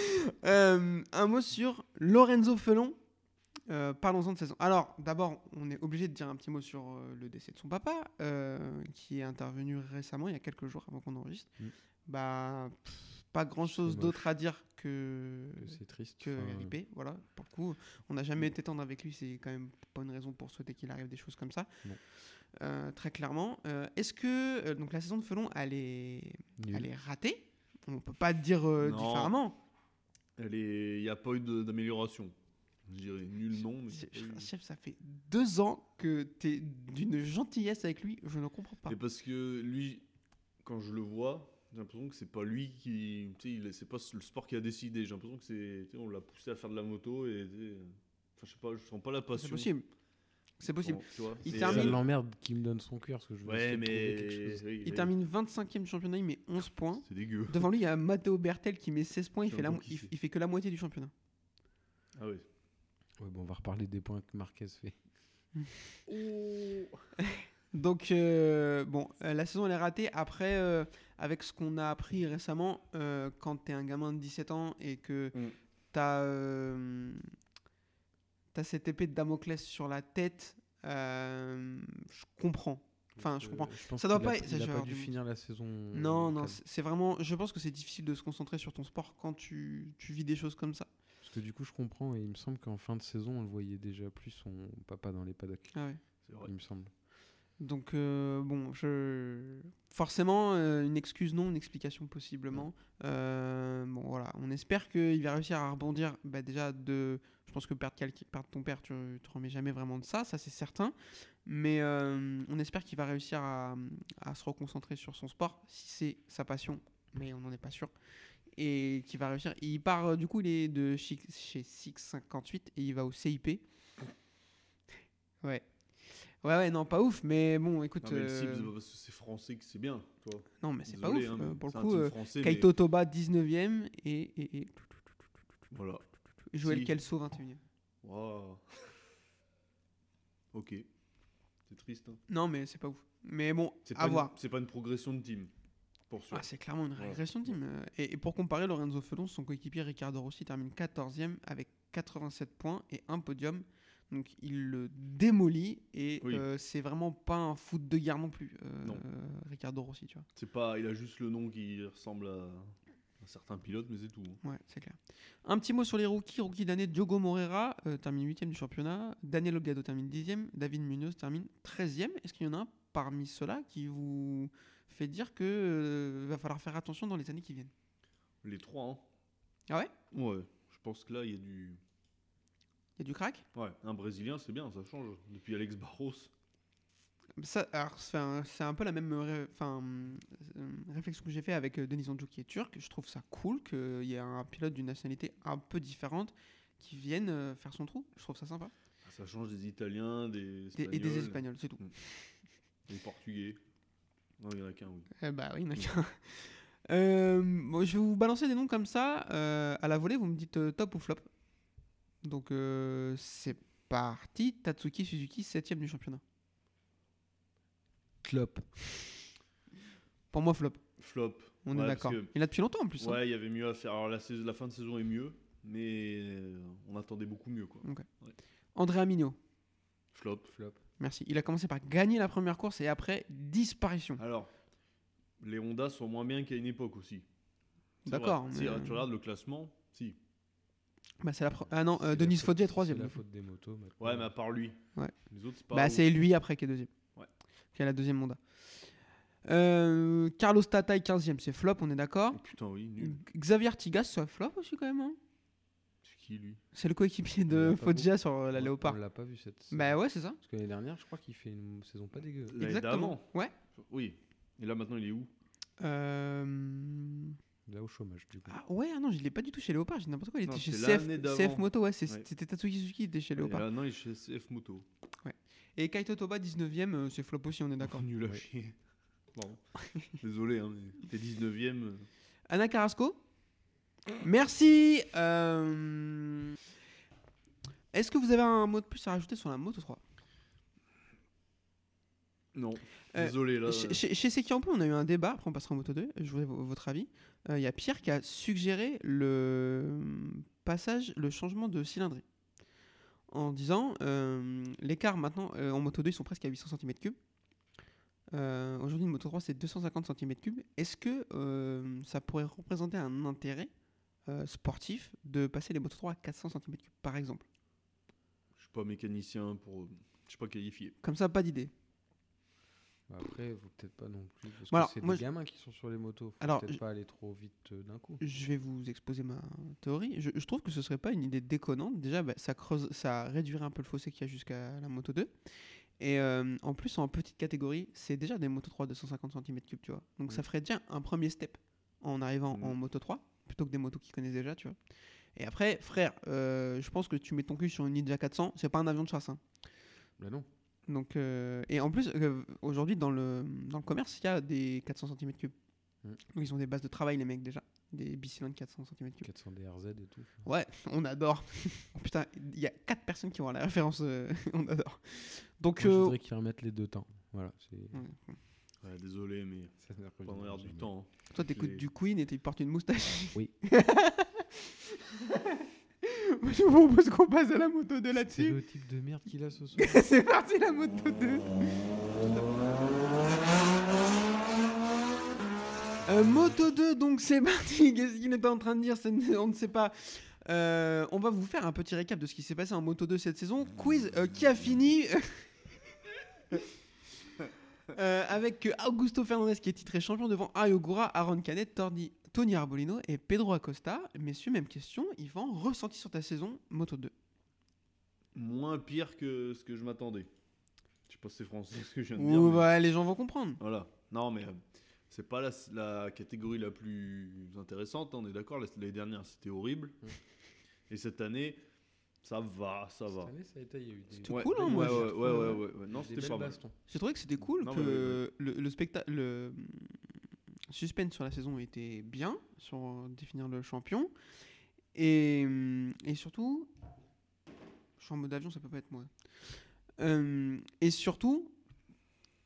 [SPEAKER 2] Euh, un mot sur Lorenzo Felon. Euh, Parlons-en de saison. Alors, d'abord, on est obligé de dire un petit mot sur euh, le décès de son papa, euh, qui est intervenu récemment, il y a quelques jours avant qu'on enregistre.
[SPEAKER 4] Mm.
[SPEAKER 2] Bah, pff, pas grand-chose
[SPEAKER 4] C'est moche.
[SPEAKER 2] d'autre à dire que
[SPEAKER 4] Que Euh, C'est Mm. triste.
[SPEAKER 2] Euh, que
[SPEAKER 4] enfin,
[SPEAKER 2] RIP, voilà, pour le coup. On n'a jamais été tendre avec lui, c'est quand même pas une raison pour souhaiter qu'il arrive des choses comme ça.
[SPEAKER 4] Non.
[SPEAKER 2] Euh, très clairement. Euh, Est-ce que euh, donc la saison de Felon, elle est,
[SPEAKER 4] nul.
[SPEAKER 2] elle est ratée On peut pas dire euh,
[SPEAKER 3] Non.
[SPEAKER 2] différemment.
[SPEAKER 3] Elle est... Il n'y a pas eu de- d'amélioration. Je dirais nul non, mais...
[SPEAKER 2] C'est-
[SPEAKER 3] il y a pas eu-
[SPEAKER 2] Chef, ça fait deux ans que t'es d'une gentillesse avec lui, je ne comprends pas.
[SPEAKER 3] Et parce que lui, quand je le vois, j'ai l'impression que c'est pas lui qui. Tu sais, il- c'est pas le sport qui a décidé. J'ai l'impression que c'est. tu sais, On l'a poussé à faire de la moto et. tu sais, Enfin, je sais pas, je sens pas la passion.
[SPEAKER 2] C'est possible. C'est possible.
[SPEAKER 3] Bon, tu vois,
[SPEAKER 2] Il
[SPEAKER 3] c'est-
[SPEAKER 4] Ça
[SPEAKER 2] termine-
[SPEAKER 4] l'emmerde qui me donne son cœur parce que je veux
[SPEAKER 3] Ouais,
[SPEAKER 4] essayer de trouver
[SPEAKER 3] mais.
[SPEAKER 4] quelque chose.
[SPEAKER 3] oui,
[SPEAKER 2] Il termine 25e du championnat, il met 11 points.
[SPEAKER 3] C'est dégueu.
[SPEAKER 2] Devant lui, il y a Matteo Bertel qui met 16 points, il
[SPEAKER 3] Je
[SPEAKER 2] fait, la,
[SPEAKER 3] vois
[SPEAKER 2] mo-
[SPEAKER 3] qui
[SPEAKER 2] il,
[SPEAKER 3] c'est.
[SPEAKER 2] il fait que la moitié du championnat.
[SPEAKER 3] Ah ouais.
[SPEAKER 4] Ouais, bon, on va reparler des points que Marquez fait.
[SPEAKER 2] Donc, euh, bon, euh, la saison elle est ratée. Après, euh, avec ce qu'on a appris récemment, euh, Mm. quand t'es un gamin de 17 ans et que
[SPEAKER 3] Mm.
[SPEAKER 2] t'as. euh, T'as cette épée de Damoclès sur la tête. euh, je comprends. Enfin, je comprends.
[SPEAKER 4] Euh, pense
[SPEAKER 2] Ça doit
[SPEAKER 4] qu'il a-
[SPEAKER 2] pas- ça, je
[SPEAKER 4] Il
[SPEAKER 2] vais
[SPEAKER 4] a pas
[SPEAKER 2] avoir
[SPEAKER 4] dû
[SPEAKER 2] du-
[SPEAKER 4] finir la saison. euh,
[SPEAKER 2] Non, non,
[SPEAKER 4] calme.
[SPEAKER 2] c'est c'est vraiment. Je pense que c'est difficile de se concentrer sur ton sport quand tu, tu vis des choses comme ça.
[SPEAKER 4] Parce que du coup, je comprends. Et il me semble qu'en fin de saison, on le voyait déjà plus son papa dans les paddocks.
[SPEAKER 2] Ah ouais.
[SPEAKER 3] C'est vrai.
[SPEAKER 4] Il me semble.
[SPEAKER 2] Donc, euh, bon, je. Forcément, euh, une excuse non, une explication possiblement. Euh, bon, voilà. On espère qu'il va réussir à rebondir. Bah, déjà, de. Je pense que perdre, quelqu'un- perdre ton père, tu ne te remets jamais vraiment de ça, ça c'est certain. Mais euh, on espère qu'il va réussir à, à se reconcentrer sur son sport, si c'est sa passion, mais on n'en est pas sûr. Et qu'il va réussir. Il part, euh, du coup, il est de chi- chez 658 et il va au CIP. Ouais. Ouais, ouais, non, pas ouf, mais bon, écoute.
[SPEAKER 3] Non, mais le cible,
[SPEAKER 2] euh,
[SPEAKER 3] c'est pas parce que c'est français que c'est bien. tu vois.
[SPEAKER 2] non, mais c'est pas
[SPEAKER 3] Désolé,
[SPEAKER 2] ouf.
[SPEAKER 3] hein,
[SPEAKER 2] euh,
[SPEAKER 3] mais
[SPEAKER 2] pour
[SPEAKER 3] c'est
[SPEAKER 2] le
[SPEAKER 3] un
[SPEAKER 2] coup,
[SPEAKER 3] team
[SPEAKER 2] euh,
[SPEAKER 3] français, mais
[SPEAKER 2] Kaito Toba 19ème et, et, et
[SPEAKER 3] Voilà.
[SPEAKER 2] Joël
[SPEAKER 3] Si.
[SPEAKER 2] Kelso 21ème.
[SPEAKER 3] Waouh. ok. C'est triste. hein.
[SPEAKER 2] Non, mais c'est pas ouf. Mais bon,
[SPEAKER 3] C'est pas,
[SPEAKER 2] à voir.
[SPEAKER 3] une- c'est pas une progression de team. Pour sûr.
[SPEAKER 2] Ah, c'est clairement une
[SPEAKER 3] Voilà.
[SPEAKER 2] régression de team. euh, Et, et pour comparer, Lorenzo Felon, son coéquipier Ricardo Rossi termine 14e avec 87 points et un podium. Donc il le démolit et
[SPEAKER 3] Oui.
[SPEAKER 2] euh, c'est vraiment pas un foot de guerre non plus, euh,
[SPEAKER 3] Non.
[SPEAKER 2] Ricardo Rossi, tu vois.
[SPEAKER 3] C'est pas, il a juste le nom qui ressemble à un certain pilote, mais c'est tout. hein.
[SPEAKER 2] Ouais, c'est clair. Un petit mot sur les rookies. Rookie d'année, Diogo Moreira euh, termine 8 du championnat. Daniel Ogado termine 10e. David Munoz termine 13e. Est-ce qu'il y en a un parmi ceux-là qui vous fait dire que euh, va falloir faire attention dans les années qui viennent
[SPEAKER 3] Les trois. hein.
[SPEAKER 2] Ah ouais
[SPEAKER 3] Ouais. Je pense que là, il y a du.
[SPEAKER 2] Il y a du crack
[SPEAKER 3] Ouais, un Brésilien, c'est bien, ça change. Depuis Alex Barros.
[SPEAKER 2] Ça, alors, c'est un, c'est un peu la même ré- enfin, euh, réflexion que j'ai fait avec euh, Denis Andjou qui est turc. Je trouve ça cool qu'il y ait un pilote d'une nationalité un peu différente qui vienne euh, faire son trou. Je trouve ça sympa.
[SPEAKER 3] Ça change des Italiens, des
[SPEAKER 2] Des-
[SPEAKER 3] Espagnols.
[SPEAKER 2] et des Espagnols, c'est tout.
[SPEAKER 3] Des Portugais. Non, il y en a qu'un, oui.
[SPEAKER 2] Eh bah oui, il y en a qu'un. Euh, bon, je vais vous balancer des noms comme ça. euh, à la volée, vous me dites euh, top ou flop. Donc euh, c'est parti. Tatsuki Suzuki, 7 du championnat.
[SPEAKER 4] Clop.
[SPEAKER 2] Pour moi, flop.
[SPEAKER 3] Flop.
[SPEAKER 2] On
[SPEAKER 3] Ouais,
[SPEAKER 2] est
[SPEAKER 3] parce
[SPEAKER 2] d'accord.
[SPEAKER 3] que-
[SPEAKER 2] Il est là depuis longtemps en plus. hein.
[SPEAKER 3] Ouais, il y avait mieux à faire. Alors la, saison- la fin de saison est mieux, mais euh, on attendait beaucoup mieux, quoi.
[SPEAKER 2] Andrea Mignot,
[SPEAKER 3] Flop.
[SPEAKER 4] Flop.
[SPEAKER 2] merci. Il a commencé par gagner la première course et après, disparition.
[SPEAKER 3] Alors, les Honda sont moins bien qu'à une époque aussi. C'est
[SPEAKER 2] D'accord.
[SPEAKER 3] vrai.
[SPEAKER 2] mais-
[SPEAKER 3] Si euh, tu regardes le classement, si.
[SPEAKER 2] Bah, c'est la pre- Ah non, euh, Denis Fodier est troisième.
[SPEAKER 4] C'est la
[SPEAKER 2] du coup.
[SPEAKER 4] faute des motos. maintenant.
[SPEAKER 3] Ouais, mais à part lui.
[SPEAKER 2] Ouais.
[SPEAKER 3] Les autres, c'est pas.
[SPEAKER 2] Bah,
[SPEAKER 3] ouf.
[SPEAKER 2] c'est lui après qui est deuxième.
[SPEAKER 3] Ouais.
[SPEAKER 2] Qui a la deuxième mandat. Euh, Carlos Tataï, 15e, c'est flop, on est d'accord.
[SPEAKER 3] Oh, Putain, oui,
[SPEAKER 2] Mm.
[SPEAKER 3] nul.
[SPEAKER 2] Xavier Tigas, c'est un flop aussi quand même. hein.
[SPEAKER 3] C'est qui lui
[SPEAKER 2] C'est le coéquipier
[SPEAKER 4] On
[SPEAKER 2] de
[SPEAKER 4] l'a pas
[SPEAKER 2] Foggia sur euh, la
[SPEAKER 4] On-
[SPEAKER 2] Léopard.
[SPEAKER 4] On l'a pas vu cette. saison.
[SPEAKER 2] Bah ouais, c'est ça.
[SPEAKER 4] Parce que l'année dernière, je crois qu'il fait une saison pas dégueu.
[SPEAKER 3] L'année d'avant.
[SPEAKER 2] Ouais.
[SPEAKER 3] Oui. Et là, maintenant, il est où
[SPEAKER 2] Euh,
[SPEAKER 4] Là au chômage du coup.
[SPEAKER 2] Ah ouais, ah non, je l'ai pas du tout chez Léopard. J'ai n'importe quoi. Il
[SPEAKER 3] Non,
[SPEAKER 2] était chez
[SPEAKER 3] c'est
[SPEAKER 2] CF,
[SPEAKER 3] l'année d'avant.
[SPEAKER 2] CF Moto. Ouais, c'est-
[SPEAKER 3] Ouais.
[SPEAKER 2] c'était Tatsuki Suzuki qui était chez
[SPEAKER 3] Et
[SPEAKER 2] Léopard.
[SPEAKER 3] là, non, il est chez CF Moto.
[SPEAKER 2] Et Kaito Toba, 19ème, euh, c'est flop aussi, on est d'accord.
[SPEAKER 3] Nul à
[SPEAKER 4] Ouais.
[SPEAKER 3] chier. Pardon. Désolé, hein, mais t'es 19ème. euh,
[SPEAKER 2] Anna Carrasco Merci euh, Est-ce que vous avez un mot de plus à rajouter sur la Moto 3
[SPEAKER 3] Non.
[SPEAKER 2] Euh,
[SPEAKER 3] Désolé, là.
[SPEAKER 2] Chez, chez, chez Seki Ampoule, on a eu un débat, après on passera en moto 2, je voudrais vo- votre avis. Euh, Il y a Pierre qui a suggéré le mm, passage, le changement de cylindrée. En disant, euh, l'écart maintenant, euh, en moto 2, ils sont presque à 800 cm3. Euh, Aujourd'hui, une moto 3, c'est 250 cm3. Est-ce que euh, ça pourrait représenter un intérêt euh, sportif de passer les motos 3 à 400 cm3, par exemple
[SPEAKER 3] Je suis pas mécanicien pour. Je suis pas qualifié.
[SPEAKER 2] Comme ça, pas d'idée.
[SPEAKER 4] Bah, Après, faut peut-être pas non plus. Parce
[SPEAKER 2] Voilà,
[SPEAKER 4] que c'est
[SPEAKER 2] moi,
[SPEAKER 4] des
[SPEAKER 2] je-
[SPEAKER 4] gamins qui sont sur les motos. Faut
[SPEAKER 2] Alors,
[SPEAKER 4] peut-être
[SPEAKER 2] je-
[SPEAKER 4] pas aller trop vite euh, d'un coup.
[SPEAKER 2] Je vais vous exposer ma théorie. Je, je trouve que ce serait pas une idée déconnante. Déjà, bah, ça, creuse, ça réduirait un peu le fossé qu'il y a jusqu'à la moto 2. Et euh, en plus, en petite catégorie, c'est déjà des moto 3 de 150 cm3, tu vois. Donc ça ferait déjà un premier step en arrivant
[SPEAKER 3] Mm.
[SPEAKER 2] en moto 3, plutôt que des motos qu'ils connaissent déjà, tu vois. Et après, frère, euh, je pense que tu mets ton cul sur une Ninja 400, c'est pas un avion de chasse. hein.
[SPEAKER 4] Bah non.
[SPEAKER 2] Donc, euh, et en plus, euh, aujourd'hui, dans le, dans le commerce, il y a des 400 cm3.
[SPEAKER 4] Mm.
[SPEAKER 2] Donc ils ont des bases de travail, les mecs, déjà. Des bicylindres 400 cm3.
[SPEAKER 4] 400 DRZ et tout.
[SPEAKER 2] Ouais, on adore. Oh, Putain, il y a 4 personnes qui ont la référence. euh, on adore. Donc,
[SPEAKER 4] Moi, je
[SPEAKER 2] euh,
[SPEAKER 4] voudrais qu'ils remettent les deux temps. Voilà. C'est.
[SPEAKER 2] Mm.
[SPEAKER 3] Ouais, désolé, mais.
[SPEAKER 4] Ça ne
[SPEAKER 3] Pas dans l'air du
[SPEAKER 4] jamais.
[SPEAKER 3] temps.
[SPEAKER 2] toi, t'écoutes
[SPEAKER 3] j'ai-
[SPEAKER 2] du Queen et tu portes une moustache.
[SPEAKER 4] Oui.
[SPEAKER 2] Je vous propose qu'on passe à la moto 2
[SPEAKER 4] C'est
[SPEAKER 2] là-dessus.
[SPEAKER 4] le type de merde qu'il a ce soir.
[SPEAKER 2] C'est parti la moto 2 Euh, Moto 2, donc c'est parti. Qu'est-ce qu'il était en train de dire Ça ne- On ne sait pas. Euh, on va vous faire un petit récap de ce qui s'est passé en Moto 2 cette saison. Quiz euh, qui a fini Euh, avec euh, Augusto Fernandez qui est titré champion devant Ayogura, Aaron Canet, Tordi- Tony Arbolino et Pedro Acosta. Messieurs, même question. Yvan, ressenti sur ta saison Moto 2
[SPEAKER 3] Moins pire que ce que je m'attendais. Je sais pas si c'est français ce que je viens de dire.
[SPEAKER 2] Ouh,
[SPEAKER 3] mais-
[SPEAKER 2] bah, Les gens vont comprendre.
[SPEAKER 3] Voilà. Non, mais euh, c'est pas la, la catégorie la plus intéressante, hein, on est d'accord. la- L'année dernière, c'était horrible. Et cette année, ça va, ça
[SPEAKER 4] Cette
[SPEAKER 3] va.
[SPEAKER 4] année, ça a été, il y a eu des-
[SPEAKER 2] C'était cool, hein, moi,
[SPEAKER 3] Ouais,
[SPEAKER 2] j'ai
[SPEAKER 3] ouais, ouais,
[SPEAKER 4] trouvé,
[SPEAKER 3] ouais,
[SPEAKER 4] ouais.
[SPEAKER 3] ouais, ouais. Non,
[SPEAKER 4] des
[SPEAKER 3] c'était
[SPEAKER 4] belles
[SPEAKER 3] pas mal.
[SPEAKER 4] bastons.
[SPEAKER 2] J'ai trouvé que c'était cool,
[SPEAKER 3] Non,
[SPEAKER 2] que
[SPEAKER 3] mais oui,
[SPEAKER 2] le, le spectacle, le suspense sur la saison était bien, sur définir le champion. Et, hum, et surtout, je suis en mode avion, ça peut pas être moi. Euh, et surtout,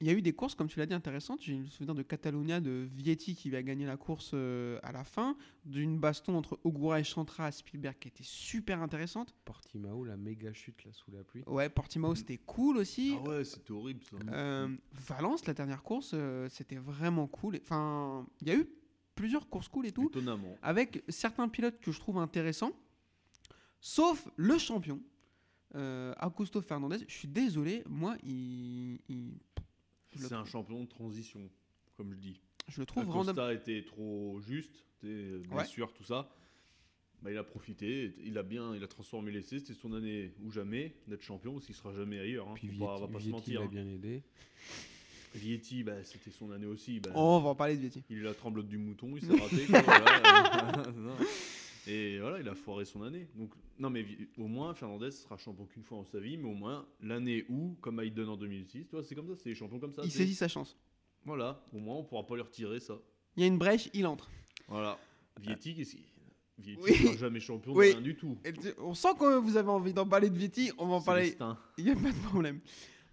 [SPEAKER 2] il y a eu des courses, comme tu l'as dit, intéressantes. J'ai le souvenir de Catalunya, de Vietti qui va gagner la course euh, à la fin, d'une baston entre Ogura et Chantra à Spielberg qui était super intéressante.
[SPEAKER 4] Portimao, la méga chute là sous la pluie.
[SPEAKER 2] Ouais, Portimao, c'était cool aussi.
[SPEAKER 3] Ah ouais, c'était horrible ça.
[SPEAKER 2] Euh, Valence, la dernière course, euh, c'était vraiment cool. Enfin, il y a eu plusieurs courses cool et tout,
[SPEAKER 3] Étonnamment.
[SPEAKER 2] avec certains pilotes que je trouve intéressants, sauf le champion, euh, Augusto Fernandez. Je suis désolé, moi, il, il- je, le,
[SPEAKER 3] C'est un champion de transition, comme je dis.
[SPEAKER 2] je le trouve
[SPEAKER 3] Le
[SPEAKER 2] random.
[SPEAKER 3] constat était trop juste, t'es, euh, bien
[SPEAKER 2] Ouais.
[SPEAKER 3] sûr, tout ça. Bah, il a profité, il a bien, il a transformé l'essai. C'était son année ou jamais d'être champion, parce qu'il sera jamais ailleurs. hein.
[SPEAKER 4] Puis
[SPEAKER 3] Faut pas- on va
[SPEAKER 4] Vietti,
[SPEAKER 3] pas se
[SPEAKER 4] Vietti
[SPEAKER 3] mentir.
[SPEAKER 4] l'a
[SPEAKER 3] hein.
[SPEAKER 4] bien aidé.
[SPEAKER 3] Vietti, bah, c'était son année aussi. bah,
[SPEAKER 2] Oh, on va en parler de Vietti.
[SPEAKER 3] Il la tremblote du mouton, il s'est raté. quoi, voilà, euh, non. et voilà, il a foiré son année. Donc, non, mais vi- au moins, Fernandez sera champion qu'une fois en sa vie, mais au moins l'année où, comme Hayden en 2006, tu vois, c'est comme ça, c'est les champions comme ça.
[SPEAKER 2] Il
[SPEAKER 3] c'est-
[SPEAKER 2] saisit sa chance.
[SPEAKER 3] Voilà, au moins on pourra pas lui retirer ça.
[SPEAKER 2] Il y a une brèche, il entre.
[SPEAKER 3] Voilà. Euh, Vietti, qu'est-ce qu'il- Vietti
[SPEAKER 2] Oui.
[SPEAKER 3] sera jamais champion de
[SPEAKER 2] Oui.
[SPEAKER 3] rien du tout.
[SPEAKER 2] Et tu- On sent que vous avez envie d'en parler de Vietti, on va en
[SPEAKER 3] C'est
[SPEAKER 2] parler.
[SPEAKER 3] destin.
[SPEAKER 2] Il n'y a pas de problème.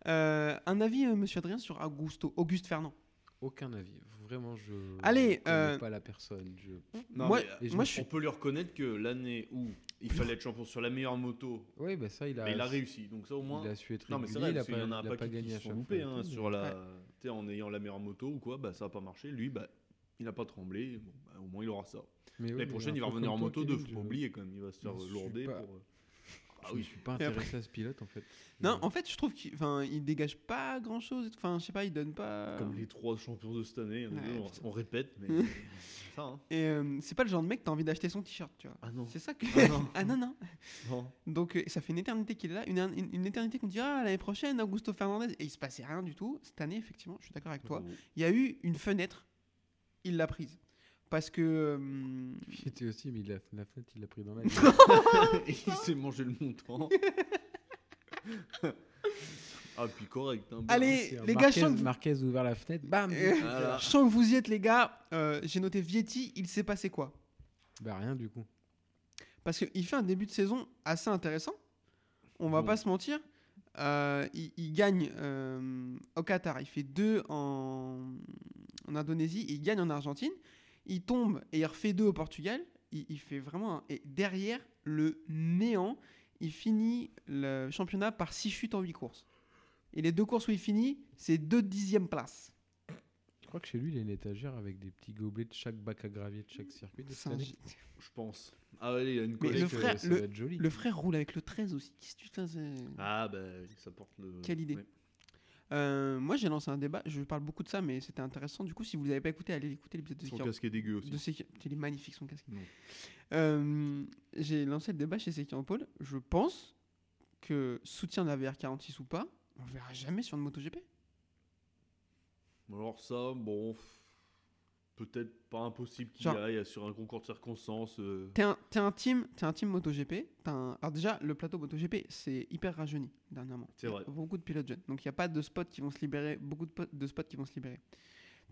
[SPEAKER 2] Euh, un avis, euh, monsieur Adrien, sur Augusto, Auguste Fernand
[SPEAKER 4] Aucun avis. Vraiment, je.
[SPEAKER 2] Allez,
[SPEAKER 4] je connais
[SPEAKER 2] euh,
[SPEAKER 4] pas la personne. Je...
[SPEAKER 3] Non,
[SPEAKER 2] Moi-
[SPEAKER 3] mais, euh,
[SPEAKER 4] Et je
[SPEAKER 2] Moi,
[SPEAKER 4] me-
[SPEAKER 2] je suis
[SPEAKER 3] On peut lui reconnaître que l'année où il fallait être champion sur la meilleure moto,
[SPEAKER 4] Oui, bah ça, il a.
[SPEAKER 3] mais il a réussi. Donc ça, au moins,
[SPEAKER 4] Il a su être
[SPEAKER 3] Non, mais c'est
[SPEAKER 4] régulier,
[SPEAKER 3] vrai,
[SPEAKER 4] il a
[SPEAKER 3] parce
[SPEAKER 4] pas,
[SPEAKER 3] qu'il y en a un
[SPEAKER 4] il a
[SPEAKER 3] paquet
[SPEAKER 4] pas
[SPEAKER 3] qui
[SPEAKER 4] gagné à
[SPEAKER 3] se sont
[SPEAKER 4] chaque
[SPEAKER 3] loupés
[SPEAKER 4] fois. et
[SPEAKER 3] hein,
[SPEAKER 4] tout,
[SPEAKER 3] sur la. tu sais, en ayant la meilleure moto ou quoi, bah ça n'a pas marché. Lui, bah, il n'a pas tremblé. Bon, bah, au moins, il aura ça.
[SPEAKER 4] mais- mais oui,
[SPEAKER 3] L'année
[SPEAKER 4] mais
[SPEAKER 3] prochaine, il va
[SPEAKER 4] après,
[SPEAKER 3] revenir en
[SPEAKER 4] comme toi,
[SPEAKER 3] moto 2.
[SPEAKER 4] Kevin,
[SPEAKER 3] Faut
[SPEAKER 4] je-
[SPEAKER 3] pas oublier quand même. Il va se faire
[SPEAKER 4] je suis
[SPEAKER 3] lourder
[SPEAKER 4] pas-
[SPEAKER 3] pour. euh, Ah
[SPEAKER 4] Je ne
[SPEAKER 3] oui,
[SPEAKER 4] suis pas
[SPEAKER 2] Et après-
[SPEAKER 4] intéressé à ce pilote en fait.
[SPEAKER 2] Non,
[SPEAKER 4] Je-
[SPEAKER 2] en fait, je trouve qu'il enfin, il dégage pas grand chose. Enfin, je sais pas, il donne pas.
[SPEAKER 3] comme les trois champions de cette année, on est
[SPEAKER 2] Ouais,
[SPEAKER 3] deux, on-
[SPEAKER 2] putain.
[SPEAKER 3] on répète, mais c'est ça. hein.
[SPEAKER 2] Et euh, c'est pas le genre de mec que t'as envie d'acheter son t-shirt, tu vois.
[SPEAKER 3] Ah non.
[SPEAKER 2] C'est ça que.
[SPEAKER 3] Ah non.
[SPEAKER 2] non, non.
[SPEAKER 3] non.
[SPEAKER 2] Donc, euh, ça fait une éternité qu'il est là, une, une- une éternité qu'on dit Ah, l'année prochaine, Augusto Fernandez. Et il se passait rien du tout. Cette année, effectivement, je suis d'accord avec toi.
[SPEAKER 3] Bon,
[SPEAKER 2] Il y a eu une fenêtre, il l'a prise. Parce que. euh,
[SPEAKER 4] Il était aussi, mais il a- la fenêtre, il l'a pris dans la gueule.
[SPEAKER 3] il s'est mangé le montant. ah, puis correct. hein, bon.
[SPEAKER 2] Allez,
[SPEAKER 4] C'est un
[SPEAKER 2] les gars, je
[SPEAKER 4] Marquez,
[SPEAKER 2] sens que vous-
[SPEAKER 4] Marquez a ouvert la fenêtre, bam
[SPEAKER 2] Euh,
[SPEAKER 3] Voilà.
[SPEAKER 2] Je sens que vous y êtes, les gars. Euh, J'ai noté Vietti, il s'est passé quoi
[SPEAKER 4] Bah rien du coup.
[SPEAKER 2] Parce qu'il fait un début de saison assez intéressant. On va
[SPEAKER 4] Mm.
[SPEAKER 3] Bon.
[SPEAKER 2] pas se mentir. Euh, il, il gagne euh, au Qatar. Il fait deux en, en Indonésie. Il gagne en Argentine. Il tombe et il refait deux au Portugal. Il, il fait vraiment. un- Et derrière, le néant. Il finit le championnat par six chutes en huit courses. Et les deux courses où il finit, c'est deux dixièmes places.
[SPEAKER 4] Je crois que chez lui, il a une étagère avec des petits gobelets de chaque bac à gravier de chaque circuit. de
[SPEAKER 2] C'est
[SPEAKER 4] cette
[SPEAKER 2] un-
[SPEAKER 4] année.
[SPEAKER 3] hein, Je pense. Ah, allez, il y a une
[SPEAKER 2] Mais
[SPEAKER 4] Et
[SPEAKER 2] le
[SPEAKER 3] collègue.
[SPEAKER 4] que
[SPEAKER 2] frère-
[SPEAKER 4] ça
[SPEAKER 2] le-
[SPEAKER 4] doit être joli.
[SPEAKER 2] Le frère roule avec le 13 aussi. Qu'est-ce que tu fais c'est-
[SPEAKER 3] Ah, bah, oui, ça porte le.
[SPEAKER 2] Quelle idée.
[SPEAKER 3] Ouais.
[SPEAKER 2] Euh, moi, j'ai lancé un débat. Je parle beaucoup de ça, mais c'était intéressant. Du coup, si vous l'avez pas écouté, allez écouter l'épisode de
[SPEAKER 3] Son
[SPEAKER 2] Sekiro.
[SPEAKER 3] casque est dégueu aussi.
[SPEAKER 2] De Sekiro- Putain, Il est magnifique son casque.
[SPEAKER 3] Non.
[SPEAKER 2] Euh, j'ai lancé le débat chez Sekian Paul. Je pense que soutien de la VR46 ou pas, on le verra jamais sur une MotoGP.
[SPEAKER 3] Alors ça, bon, pff, peut-être pas impossible qu'il
[SPEAKER 2] Genre-
[SPEAKER 3] y aille sur un concours de circonstances. euh,
[SPEAKER 2] T'es un, t'es un team, t'es un team MotoGP. t'as Un... Alors déjà, le plateau MotoGP, c'est hyper rajeuni dernièrement.
[SPEAKER 3] C'est vrai.
[SPEAKER 2] Y a Beaucoup de pilotes jeunes. Donc il n'y a pas de spots qui vont se libérer. Beaucoup de, po- de spots qui vont se libérer.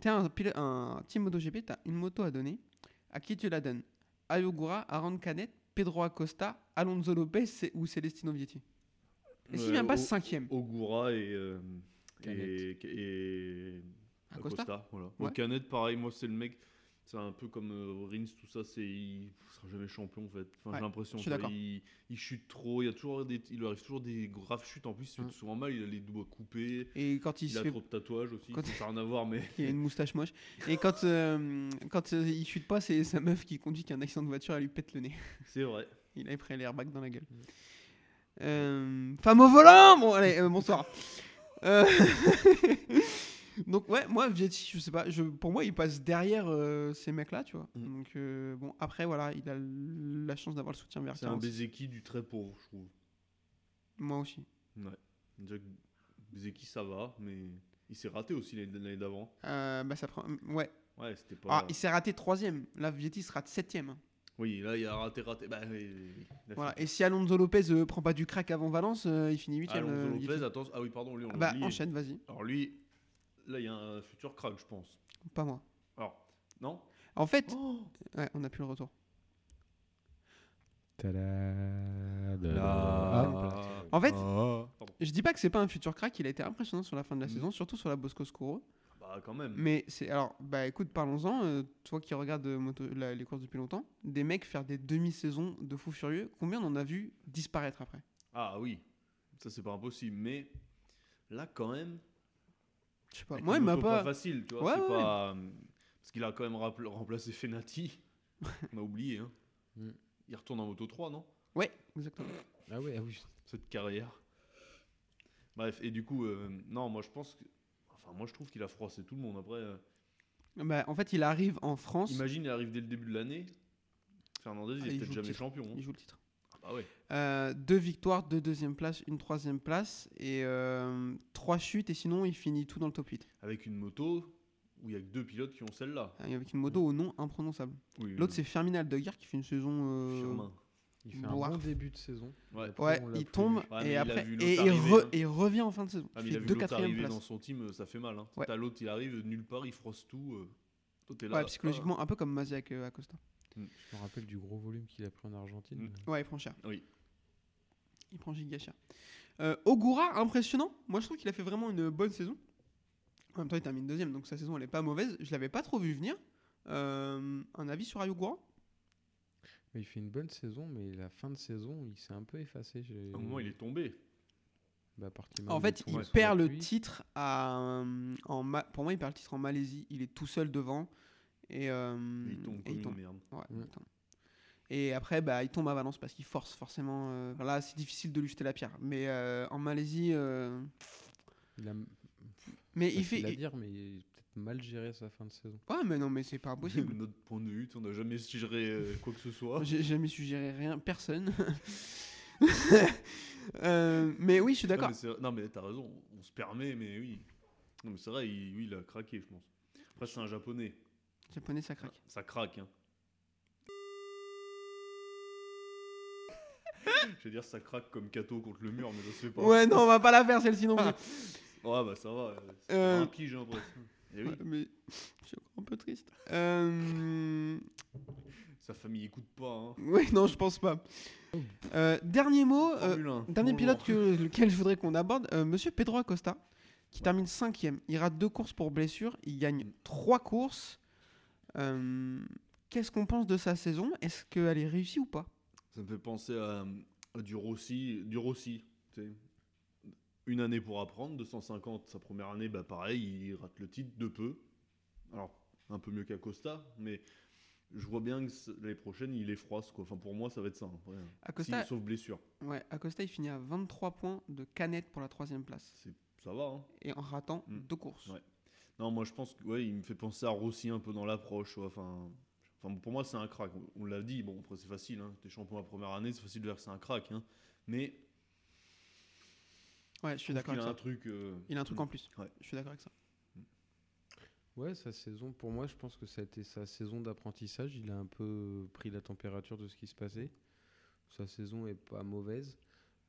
[SPEAKER 2] T'es un, pilo- un team MotoGP, t'as une moto à donner. À qui tu la donnes Ayogura, Aaron Canet, Pedro Acosta, Alonso Lopez c'est- ou Celestino Vietti. Et s'il
[SPEAKER 3] euh,
[SPEAKER 2] vient pas
[SPEAKER 3] O-
[SPEAKER 2] cinquième
[SPEAKER 3] Ogura et, euh,
[SPEAKER 4] Canet.
[SPEAKER 3] et, et
[SPEAKER 2] Acosta
[SPEAKER 3] voilà.
[SPEAKER 2] Ouais.
[SPEAKER 3] Au Canet, pareil, moi c'est le mec. C'est un peu comme euh, Rins, tout ça, c'est il sera jamais champion en fait. Enfin,
[SPEAKER 2] Ouais,
[SPEAKER 3] j'ai l'impression
[SPEAKER 2] je suis
[SPEAKER 3] tu vois,
[SPEAKER 2] d'accord.
[SPEAKER 3] il, il chute trop, il y a toujours des, il lui arrive toujours des graves chutes en plus, il se fait
[SPEAKER 2] Mm.
[SPEAKER 3] souvent mal, il a les doigts coupés,
[SPEAKER 2] Et quand il,
[SPEAKER 3] il,
[SPEAKER 2] se
[SPEAKER 3] a
[SPEAKER 2] fait
[SPEAKER 3] trop de tatouages aussi,
[SPEAKER 2] Quand-
[SPEAKER 3] ça n'a rien à voir mais
[SPEAKER 2] Il a une moustache moche. Et quand, euh, quand euh, il chute pas, c'est sa meuf qui conduit qu'un accident de voiture, elle lui pète le nez.
[SPEAKER 3] c'est vrai.
[SPEAKER 2] Il avait pris l'airbag dans la gueule.
[SPEAKER 3] Mm.
[SPEAKER 2] Euh, femme au volant Bon, allez, euh, bonsoir. Euh, Donc, ouais, moi, Vietti, je sais pas. Je, pour moi, il passe derrière euh, ces mecs-là, tu vois.
[SPEAKER 3] Mm.
[SPEAKER 2] Donc, euh, bon, après, voilà, il a l- la chance d'avoir le soutien vers
[SPEAKER 3] C'est un
[SPEAKER 2] 40.
[SPEAKER 3] Bezeki du très pauvre, je trouve.
[SPEAKER 2] Moi aussi.
[SPEAKER 3] Ouais. Déjà que Bezeki ça va, mais il s'est raté aussi l'année l'année d'avant.
[SPEAKER 2] Euh, bah, ça prend. Ouais.
[SPEAKER 3] Ouais, c'était pas.
[SPEAKER 2] Ah, il s'est raté troisième. Là, Vietti se rate septième.
[SPEAKER 3] Oui, là il a raté, raté. Bah, il- il a
[SPEAKER 2] Voilà.
[SPEAKER 3] fait-
[SPEAKER 2] Et si Alonso Lopez euh, prend pas du crack avant Valence, euh, il finit huitième.
[SPEAKER 3] Alonso
[SPEAKER 2] euh, Vietti.
[SPEAKER 3] Lopez, attends, ah oui, pardon, lui on
[SPEAKER 2] Ah
[SPEAKER 3] l'a
[SPEAKER 2] bah,
[SPEAKER 3] oublié.
[SPEAKER 2] enchaîne, vas-y.
[SPEAKER 3] Alors lui, là il y a un futur crack, je pense.
[SPEAKER 2] Pas moi.
[SPEAKER 3] Alors, non
[SPEAKER 2] En fait,
[SPEAKER 3] Oh.
[SPEAKER 2] ouais, on a plus le retour.
[SPEAKER 4] Ah,
[SPEAKER 3] Ah.
[SPEAKER 2] En
[SPEAKER 3] Oh.
[SPEAKER 2] fait, je dis pas que c'est pas un futur crack, il a été impressionnant sur la fin de la
[SPEAKER 3] Mm.
[SPEAKER 2] saison, surtout sur la Bosco Scuro.
[SPEAKER 3] Bah quand même.
[SPEAKER 2] Mais c'est alors, bah écoute, parlons-en. euh, toi qui regardes euh, moto- la- les courses depuis longtemps, des mecs faire des demi-saisons de fou furieux, combien on en a vu disparaître après
[SPEAKER 3] Ah oui, ça c'est pas impossible, mais là quand même.
[SPEAKER 2] Je sais pas.
[SPEAKER 3] avec
[SPEAKER 2] Bah, Moi, il
[SPEAKER 3] une
[SPEAKER 2] m'a
[SPEAKER 3] moto
[SPEAKER 2] pas.
[SPEAKER 3] facile, tu vois.
[SPEAKER 2] Ouais,
[SPEAKER 3] c'est
[SPEAKER 2] ouais,
[SPEAKER 3] pas. euh, Parce qu'il a quand même rappel- remplacé Fenati. On a oublié, hein.
[SPEAKER 4] Mm.
[SPEAKER 3] Il retourne en moto 3, non
[SPEAKER 2] Ouais, exactement.
[SPEAKER 4] Ah ouais, ah oui.
[SPEAKER 3] Cette carrière. Bref, et du coup, euh, non, moi je pense que. Enfin, moi je trouve qu'il a froissé tout le monde. Après, euh,
[SPEAKER 2] Bah, en fait, il arrive en France,
[SPEAKER 3] imagine, il arrive dès le début de l'année. Fernandez,
[SPEAKER 2] Ah,
[SPEAKER 3] il est
[SPEAKER 2] il
[SPEAKER 3] peut-être
[SPEAKER 2] joue le
[SPEAKER 3] jamais
[SPEAKER 2] titre.
[SPEAKER 3] champion. hein.
[SPEAKER 2] il joue le titre.
[SPEAKER 3] Ah ouais.
[SPEAKER 2] Euh, deux victoires, deux deuxièmes places, une troisième place et euh, trois chutes. Et sinon, il finit tout dans le top 8
[SPEAKER 3] Avec une moto où il y a que deux pilotes qui ont celle-là.
[SPEAKER 2] Euh, avec une
[SPEAKER 3] Mm.
[SPEAKER 2] moto au nom imprononçable.
[SPEAKER 3] Oui,
[SPEAKER 2] L'autre,
[SPEAKER 3] euh,
[SPEAKER 2] c'est Ferminal Duggar qui fait une saison. euh,
[SPEAKER 3] Firmin.
[SPEAKER 4] Il fait
[SPEAKER 2] Boire.
[SPEAKER 4] un bon début de saison.
[SPEAKER 3] Ouais. Ah,
[SPEAKER 4] Après,
[SPEAKER 2] Ouais,
[SPEAKER 4] on l'a
[SPEAKER 2] il
[SPEAKER 4] plus
[SPEAKER 2] tombe
[SPEAKER 4] vu.
[SPEAKER 3] Ouais, mais
[SPEAKER 2] et
[SPEAKER 3] il a
[SPEAKER 2] après
[SPEAKER 3] vu l'autre
[SPEAKER 2] et il,
[SPEAKER 3] arriver,
[SPEAKER 2] re-
[SPEAKER 3] hein.
[SPEAKER 2] et il revient en fin de saison.
[SPEAKER 3] Ah, mais
[SPEAKER 2] il
[SPEAKER 3] il a
[SPEAKER 2] fait
[SPEAKER 3] vu
[SPEAKER 2] deux
[SPEAKER 3] l'autre
[SPEAKER 2] quatrième
[SPEAKER 3] arriver
[SPEAKER 2] place.
[SPEAKER 3] dans son team, euh, ça fait mal. Hein.
[SPEAKER 2] Ouais.
[SPEAKER 3] T'as l'autre, il arrive de nulle part, il froisse tout. euh. Toi, t'es là.
[SPEAKER 2] Ouais, psychologiquement un peu comme Maziak euh, Acosta.
[SPEAKER 4] Je me rappelle du gros volume qu'il a pris en Argentine.
[SPEAKER 3] Mm.
[SPEAKER 2] Ouais, il prend cher.
[SPEAKER 3] Oui.
[SPEAKER 2] Il prend giga cher. Euh, Ogura, impressionnant. Moi, je trouve qu'il a fait vraiment une bonne saison. En même temps, il termine deuxième, donc sa saison, elle est pas mauvaise. Je l'avais pas trop vu venir. Euh, un avis sur Ayogura
[SPEAKER 4] Mais il fait une bonne saison, mais la fin de saison, il s'est un peu effacé. j'ai-
[SPEAKER 3] Ah, Au moment, il est tombé.
[SPEAKER 4] Bah, parti mal,
[SPEAKER 2] En fait,
[SPEAKER 4] tombé
[SPEAKER 2] il
[SPEAKER 4] sous la
[SPEAKER 2] perd le
[SPEAKER 4] pluie.
[SPEAKER 2] titre à, euh, en Ma- pour moi, il perd le titre en Malaisie. Il est tout seul devant et, euh,
[SPEAKER 3] mais il tombe
[SPEAKER 2] et
[SPEAKER 3] comme une merde.
[SPEAKER 2] Ouais,
[SPEAKER 4] Mm.
[SPEAKER 2] putain. Et après, bah, il tombe à Valence parce qu'il force forcément. euh, là, c'est difficile de lui jeter la pierre. Mais euh, en Malaisie. euh,
[SPEAKER 4] Il a,
[SPEAKER 2] Mais
[SPEAKER 4] il
[SPEAKER 2] il fait.
[SPEAKER 4] à
[SPEAKER 2] il-
[SPEAKER 4] dire, mais il a peut-être mal géré sa fin de saison.
[SPEAKER 2] Ouais, mais non, mais c'est pas
[SPEAKER 3] De
[SPEAKER 2] impossible.
[SPEAKER 3] notre point de vue, tu sais, on n'a jamais suggéré euh, quoi que ce soit.
[SPEAKER 2] J'ai jamais suggéré rien, personne. Euh, mais oui, je suis
[SPEAKER 3] Non,
[SPEAKER 2] d'accord.
[SPEAKER 3] mais c'est- Non, mais t'as raison, on se permet, mais oui. Non, mais c'est vrai, il, oui, il a craqué, je pense. Après, c'est un japonais.
[SPEAKER 2] Japonais, ça craque.
[SPEAKER 3] Ça craque, hein. Je veux dire, ça craque comme Kato contre le mur, mais ça se fait pas.
[SPEAKER 2] Ouais, non, on va pas la faire celle-ci non plus.
[SPEAKER 3] Ouais, bah ça va. euh, C'est
[SPEAKER 2] Euh.
[SPEAKER 3] un pige, hein, presque. Eh oui,
[SPEAKER 2] Ouais, mais je suis encore un peu triste. Euh,
[SPEAKER 3] sa famille écoute pas, hein.
[SPEAKER 2] Oui, non, je pense pas. Euh, dernier mot. euh,
[SPEAKER 3] Formule 1,
[SPEAKER 2] Dernier
[SPEAKER 3] bonjour.
[SPEAKER 2] pilote que, lequel je voudrais qu'on aborde, euh, Monsieur Pedro Acosta, qui termine cinquième. Il rate deux courses pour blessure, il gagne
[SPEAKER 3] Mm.
[SPEAKER 2] trois courses. Euh, Qu'est-ce qu'on pense de sa saison Est-ce qu'elle est réussie ou pas
[SPEAKER 3] Ça me fait penser à, à du Rossi. Du Rossi tu sais. Une année pour apprendre, 250, sa première année, bah pareil, il rate le titre de peu. Alors, un peu mieux qu'Acosta, mais je vois bien que c- l'année prochaine, il est froid. Quoi. Enfin, pour moi, ça va être ça. hein. Ouais.
[SPEAKER 2] Acosta,
[SPEAKER 3] Si, sauf blessure.
[SPEAKER 2] ouais, Acosta, il finit à 23 points de canette pour la troisième place
[SPEAKER 3] C'est- Ça va. hein.
[SPEAKER 2] et en ratant
[SPEAKER 3] Mm.
[SPEAKER 2] deux courses.
[SPEAKER 3] Ouais. Non, moi, je pense que, ouais, il me fait penser à Rossi un peu dans l'approche. ouais. Enfin, enfin, pour moi, c'est un crack. On- On l'a dit. Bon, après, c'est facile. Hein. T'es champion la première année, c'est facile de dire que c'est un crack. hein. Mais
[SPEAKER 2] Ouais, je suis
[SPEAKER 3] il a
[SPEAKER 2] d'accord avec
[SPEAKER 3] un
[SPEAKER 2] ça.
[SPEAKER 3] truc. euh,
[SPEAKER 2] Il a un truc
[SPEAKER 3] hmm.
[SPEAKER 2] en plus.
[SPEAKER 3] Ouais.
[SPEAKER 2] Je suis d'accord avec ça.
[SPEAKER 4] Ouais, sa saison, pour moi, je pense que ça a été sa saison d'apprentissage. Il a un peu euh, pris la température de ce qui se passait. Sa saison est pas mauvaise.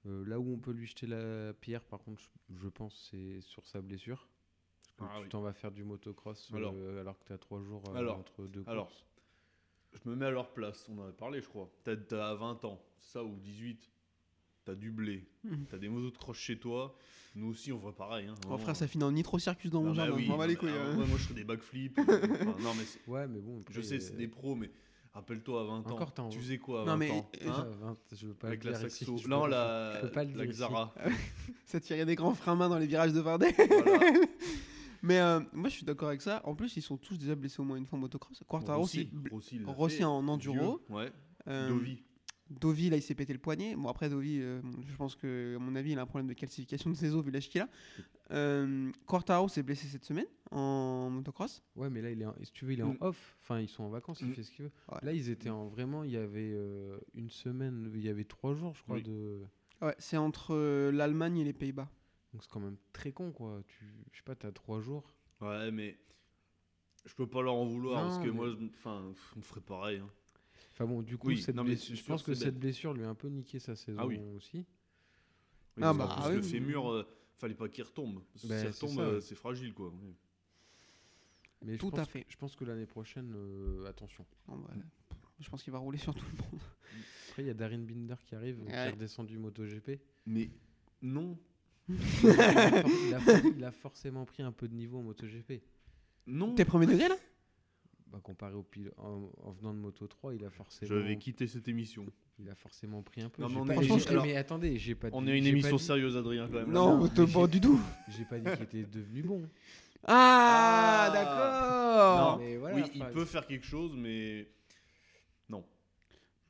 [SPEAKER 4] Euh, là où on peut lui jeter la pierre, par contre, je- je pense, c'est sur sa blessure. Parce que
[SPEAKER 3] Ah
[SPEAKER 4] tu
[SPEAKER 3] oui.
[SPEAKER 4] t'en vas faire du motocross euh, alors,
[SPEAKER 3] Alors.
[SPEAKER 4] que tu as trois jours euh,
[SPEAKER 3] Alors.
[SPEAKER 4] entre deux
[SPEAKER 3] Alors.
[SPEAKER 4] courses.
[SPEAKER 3] Je me mets à leur place, on en avait parlé, je crois. T'as- T'as 20 ans, c'est ça, ou 18. t'as du blé,
[SPEAKER 4] Mm.
[SPEAKER 2] Mhm.
[SPEAKER 3] t'as des motos de croche chez toi. Nous aussi, on voit pareil. Hein,
[SPEAKER 2] Oh
[SPEAKER 3] vraiment.
[SPEAKER 2] frère, ça finit en nitro circus dans
[SPEAKER 3] Ah
[SPEAKER 2] mon
[SPEAKER 3] bah
[SPEAKER 2] jardin.
[SPEAKER 3] oui,
[SPEAKER 2] je m'en bats les
[SPEAKER 3] bah,
[SPEAKER 2] couilles.
[SPEAKER 3] ah,
[SPEAKER 2] hein.
[SPEAKER 3] ouais, moi, je fais des backflips. euh, enfin, non, mais c'est-
[SPEAKER 4] Ouais, mais bon.
[SPEAKER 3] je sais, c'est des pros, mais rappelle-toi à 20 ans.
[SPEAKER 4] euh, Encore hein. t'en-
[SPEAKER 3] tu faisais quoi à 20
[SPEAKER 2] Non, mais-
[SPEAKER 3] ans
[SPEAKER 2] euh,
[SPEAKER 3] hein
[SPEAKER 4] Ah, je veux pas
[SPEAKER 3] Avec
[SPEAKER 4] le
[SPEAKER 3] la
[SPEAKER 4] dire ici,
[SPEAKER 3] saxo.
[SPEAKER 4] je
[SPEAKER 3] Non,
[SPEAKER 4] peux-
[SPEAKER 3] la,
[SPEAKER 4] je peux pas le
[SPEAKER 3] la
[SPEAKER 4] dire ici.
[SPEAKER 3] Xara.
[SPEAKER 2] Ça tirait des grands freins main dans les virages de Vardet.
[SPEAKER 3] Voilà.
[SPEAKER 2] Mais euh, moi, je suis d'accord avec ça. En plus, ils sont tous déjà blessés au moins une fois en motocross. Quartaro, c'est.
[SPEAKER 3] Rossi, Rossi, il l'a
[SPEAKER 2] Rossi
[SPEAKER 3] fait.
[SPEAKER 2] en enduro.
[SPEAKER 3] Vieux, Ouais.
[SPEAKER 2] euh,
[SPEAKER 3] Dovi.
[SPEAKER 2] Dovi, là, il s'est pété le poignet. Bon, après, Dovi, euh, je pense que, à mon avis, il a un problème de calcification de ses os vu l'âge qu'il a. Euh, Quartaro s'est blessé cette semaine en motocross.
[SPEAKER 4] Ouais, mais là, il est en- si tu veux, il est en
[SPEAKER 3] Mm.
[SPEAKER 4] off. Enfin, ils sont en vacances, il
[SPEAKER 3] Mm.
[SPEAKER 4] fait ce qu'il veut.
[SPEAKER 2] Ouais.
[SPEAKER 4] Là, ils étaient en vraiment. Il y avait euh, une semaine, il y avait trois jours, je crois.
[SPEAKER 3] Oui.
[SPEAKER 4] De...
[SPEAKER 2] Ouais, c'est entre euh, l'Allemagne et les Pays-Bas.
[SPEAKER 4] Donc, c'est quand même très con, quoi. Tu... Je sais pas, t'as trois jours.
[SPEAKER 3] Ouais, mais je peux pas leur en vouloir parce
[SPEAKER 4] Non,
[SPEAKER 3] que
[SPEAKER 4] mais-
[SPEAKER 3] moi, je- enfin, pff, on ferait pareil. hein.
[SPEAKER 4] Enfin, bon, du coup,
[SPEAKER 3] Oui,
[SPEAKER 4] cette
[SPEAKER 3] non, mais
[SPEAKER 4] bless-
[SPEAKER 3] c'est
[SPEAKER 4] je
[SPEAKER 3] sûr,
[SPEAKER 4] pense que
[SPEAKER 3] c'est Ah
[SPEAKER 4] cette blessure lui a un peu niqué sa saison
[SPEAKER 3] oui.
[SPEAKER 4] aussi.
[SPEAKER 3] Oui,
[SPEAKER 2] Ah
[SPEAKER 3] parce qu'en
[SPEAKER 2] bah,
[SPEAKER 3] plus,
[SPEAKER 2] ah oui,
[SPEAKER 3] le
[SPEAKER 2] oui, oui.
[SPEAKER 3] fémur, euh, fallait pas qu'il retombe. Parce que
[SPEAKER 4] Bah,
[SPEAKER 3] S'il
[SPEAKER 4] c'est
[SPEAKER 3] retombe,
[SPEAKER 4] ça,
[SPEAKER 3] euh,
[SPEAKER 4] ouais.
[SPEAKER 3] c'est fragile, quoi. Oui.
[SPEAKER 4] Mais je
[SPEAKER 2] Tout à
[SPEAKER 4] pense-
[SPEAKER 2] fait.
[SPEAKER 4] Je pense que l'année prochaine, euh, attention.
[SPEAKER 2] Bon, bah, je pense qu'il va rouler sur tout le monde.
[SPEAKER 4] Après, il y a Darin Binder qui arrive, qui
[SPEAKER 2] Ouais.
[SPEAKER 4] est redescendu MotoGP.
[SPEAKER 3] Mais non,
[SPEAKER 4] il, a for- il a for- il a forcément pris un peu de niveau en MotoGP.
[SPEAKER 3] non.
[SPEAKER 2] T'es premier degré là
[SPEAKER 4] Bah, comparé au pil- en, en venant de Moto 3, il a
[SPEAKER 3] Je
[SPEAKER 4] forcément,
[SPEAKER 3] vais quitter cette émission.
[SPEAKER 4] il a forcément pris un peu.
[SPEAKER 3] Non,
[SPEAKER 4] J'ai
[SPEAKER 3] mais on
[SPEAKER 4] pas-
[SPEAKER 2] est-
[SPEAKER 4] j'ai-
[SPEAKER 2] franchement,
[SPEAKER 4] mais attendez, j'ai pas.
[SPEAKER 3] On
[SPEAKER 4] dit-
[SPEAKER 3] est une
[SPEAKER 4] j'ai pas
[SPEAKER 3] émission
[SPEAKER 4] dit-
[SPEAKER 3] sérieuse, Adrien, quand même. là.
[SPEAKER 2] Non,
[SPEAKER 4] non,
[SPEAKER 2] te
[SPEAKER 4] mais
[SPEAKER 2] pas
[SPEAKER 4] j'ai-
[SPEAKER 2] du tout.
[SPEAKER 4] J'ai pas dit qu'il était devenu bon.
[SPEAKER 2] Ah,
[SPEAKER 3] Ah.
[SPEAKER 2] d'accord.
[SPEAKER 3] Non.
[SPEAKER 4] mais voilà,
[SPEAKER 3] oui, il
[SPEAKER 4] enfin,
[SPEAKER 3] peut faire quelque chose, mais non.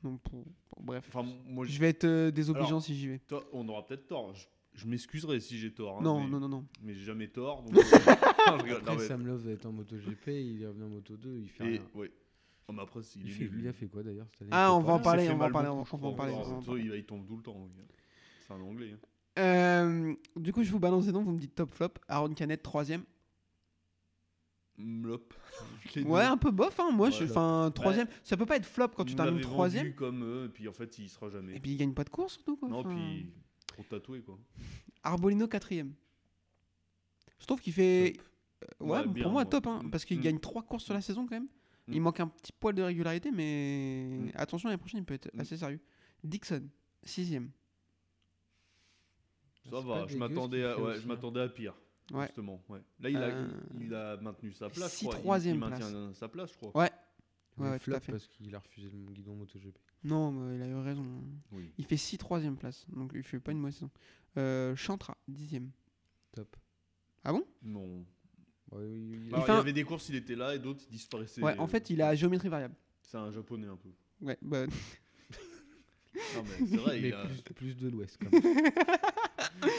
[SPEAKER 2] Non, pour- pour- bref.
[SPEAKER 3] Enfin, moi,
[SPEAKER 2] Je
[SPEAKER 3] je...
[SPEAKER 2] vais être euh, désobligeant
[SPEAKER 3] Alors,
[SPEAKER 2] si j'y vais.
[SPEAKER 3] toi, on aura peut-être tort. Je, je m'excuserai si j'ai tort. hein,
[SPEAKER 2] non,
[SPEAKER 3] mais...
[SPEAKER 2] non, non, non.
[SPEAKER 3] mais j'ai jamais tort. Donc... Non, je rigole, non,
[SPEAKER 4] Après,
[SPEAKER 3] mais-
[SPEAKER 4] Sam Love est en MotoGP, il est revenu en Moto 2, il fait
[SPEAKER 3] Et
[SPEAKER 4] rien.
[SPEAKER 3] ouais. Non, mais après, c'est-
[SPEAKER 4] Il,
[SPEAKER 3] il, est
[SPEAKER 4] fait-
[SPEAKER 3] nul.
[SPEAKER 4] il a fait quoi d'ailleurs cette année
[SPEAKER 2] Ah,
[SPEAKER 4] Il fait
[SPEAKER 2] on
[SPEAKER 4] pas
[SPEAKER 2] va en
[SPEAKER 3] Il
[SPEAKER 4] mal.
[SPEAKER 3] s'est
[SPEAKER 2] parler, on
[SPEAKER 3] fait
[SPEAKER 2] va en
[SPEAKER 3] mal
[SPEAKER 2] parler,
[SPEAKER 3] beaucoup,
[SPEAKER 2] on
[SPEAKER 3] je
[SPEAKER 2] va en
[SPEAKER 3] crois,
[SPEAKER 2] parler,
[SPEAKER 3] encore.
[SPEAKER 2] on va en
[SPEAKER 3] Toi, Il, il tombe tout le temps. oui. C'est un anglais. hein.
[SPEAKER 2] Euh, du coup, je vous balance les noms, vous me dites top flop. Aaron Canet, troisième.
[SPEAKER 3] Mlop. Je l'ai
[SPEAKER 2] Ouais,
[SPEAKER 3] dit.
[SPEAKER 2] un peu bof, hein. Moi, je
[SPEAKER 3] Ouais.
[SPEAKER 2] enfin troisième. Ça peut pas être flop quand tu
[SPEAKER 3] Nous
[SPEAKER 2] termines
[SPEAKER 3] l'avait vendu
[SPEAKER 2] troisième.
[SPEAKER 3] comme eux, et puis en fait, il sera jamais.
[SPEAKER 2] Et puis il gagne pas de course, surtout. Quoi.
[SPEAKER 3] non,
[SPEAKER 2] Enfin,
[SPEAKER 3] puis trop tatoué quoi.
[SPEAKER 2] Arbolino, quatrième. Je trouve qu'il fait.
[SPEAKER 3] Top.
[SPEAKER 2] Euh, Ouais,
[SPEAKER 3] Ouais, bien,
[SPEAKER 2] pour moi,
[SPEAKER 3] moi.
[SPEAKER 2] top, hein,
[SPEAKER 3] Mm,
[SPEAKER 2] parce qu'il
[SPEAKER 3] mm.
[SPEAKER 2] gagne trois courses sur la saison quand même.
[SPEAKER 3] Mm.
[SPEAKER 2] Il manque un petit poil de régularité, mais
[SPEAKER 3] Mm.
[SPEAKER 2] attention, l'année prochaine, il peut être
[SPEAKER 3] Mm.
[SPEAKER 2] assez sérieux. Dixon, sixième. Bah,
[SPEAKER 3] Ça
[SPEAKER 4] C'est pas
[SPEAKER 3] va, je
[SPEAKER 4] dégueu,
[SPEAKER 3] m'attendais
[SPEAKER 4] ce qu'il
[SPEAKER 3] à,
[SPEAKER 4] fait
[SPEAKER 3] ouais,
[SPEAKER 4] aussi,
[SPEAKER 3] je
[SPEAKER 4] hein.
[SPEAKER 3] m'attendais à pire.
[SPEAKER 2] Ouais.
[SPEAKER 3] Justement, ouais. Là, il a,
[SPEAKER 2] Euh,
[SPEAKER 3] il a maintenu sa place,
[SPEAKER 2] six
[SPEAKER 3] je crois. Il-
[SPEAKER 2] troisième
[SPEAKER 3] il,
[SPEAKER 2] place.
[SPEAKER 3] maintient sa place, je crois.
[SPEAKER 2] Ouais.
[SPEAKER 4] Il
[SPEAKER 2] Ouais, ouais, tout
[SPEAKER 4] flop
[SPEAKER 2] à fait.
[SPEAKER 4] parce qu'il a refusé le guidon MotoGP.
[SPEAKER 2] Non, mais il a eu raison.
[SPEAKER 3] Oui.
[SPEAKER 2] Il fait 6 troisième place, donc il fait pas une mauvaise saison. Euh, Chantra, dixième.
[SPEAKER 4] Top.
[SPEAKER 2] Ah bon
[SPEAKER 3] Non.
[SPEAKER 4] Bah, oui, oui, oui.
[SPEAKER 3] Alors,
[SPEAKER 2] fait
[SPEAKER 3] Il
[SPEAKER 2] un-
[SPEAKER 3] y avait des courses, il était là, et d'autres, il disparaissait.
[SPEAKER 2] Ouais, en fait, il a géométrie variable.
[SPEAKER 3] C'est un japonais un peu.
[SPEAKER 2] Ouais, bah,
[SPEAKER 3] Non, mais c'est vrai,
[SPEAKER 4] Mais
[SPEAKER 3] il a
[SPEAKER 4] plus, plus de l'Ouest quand même.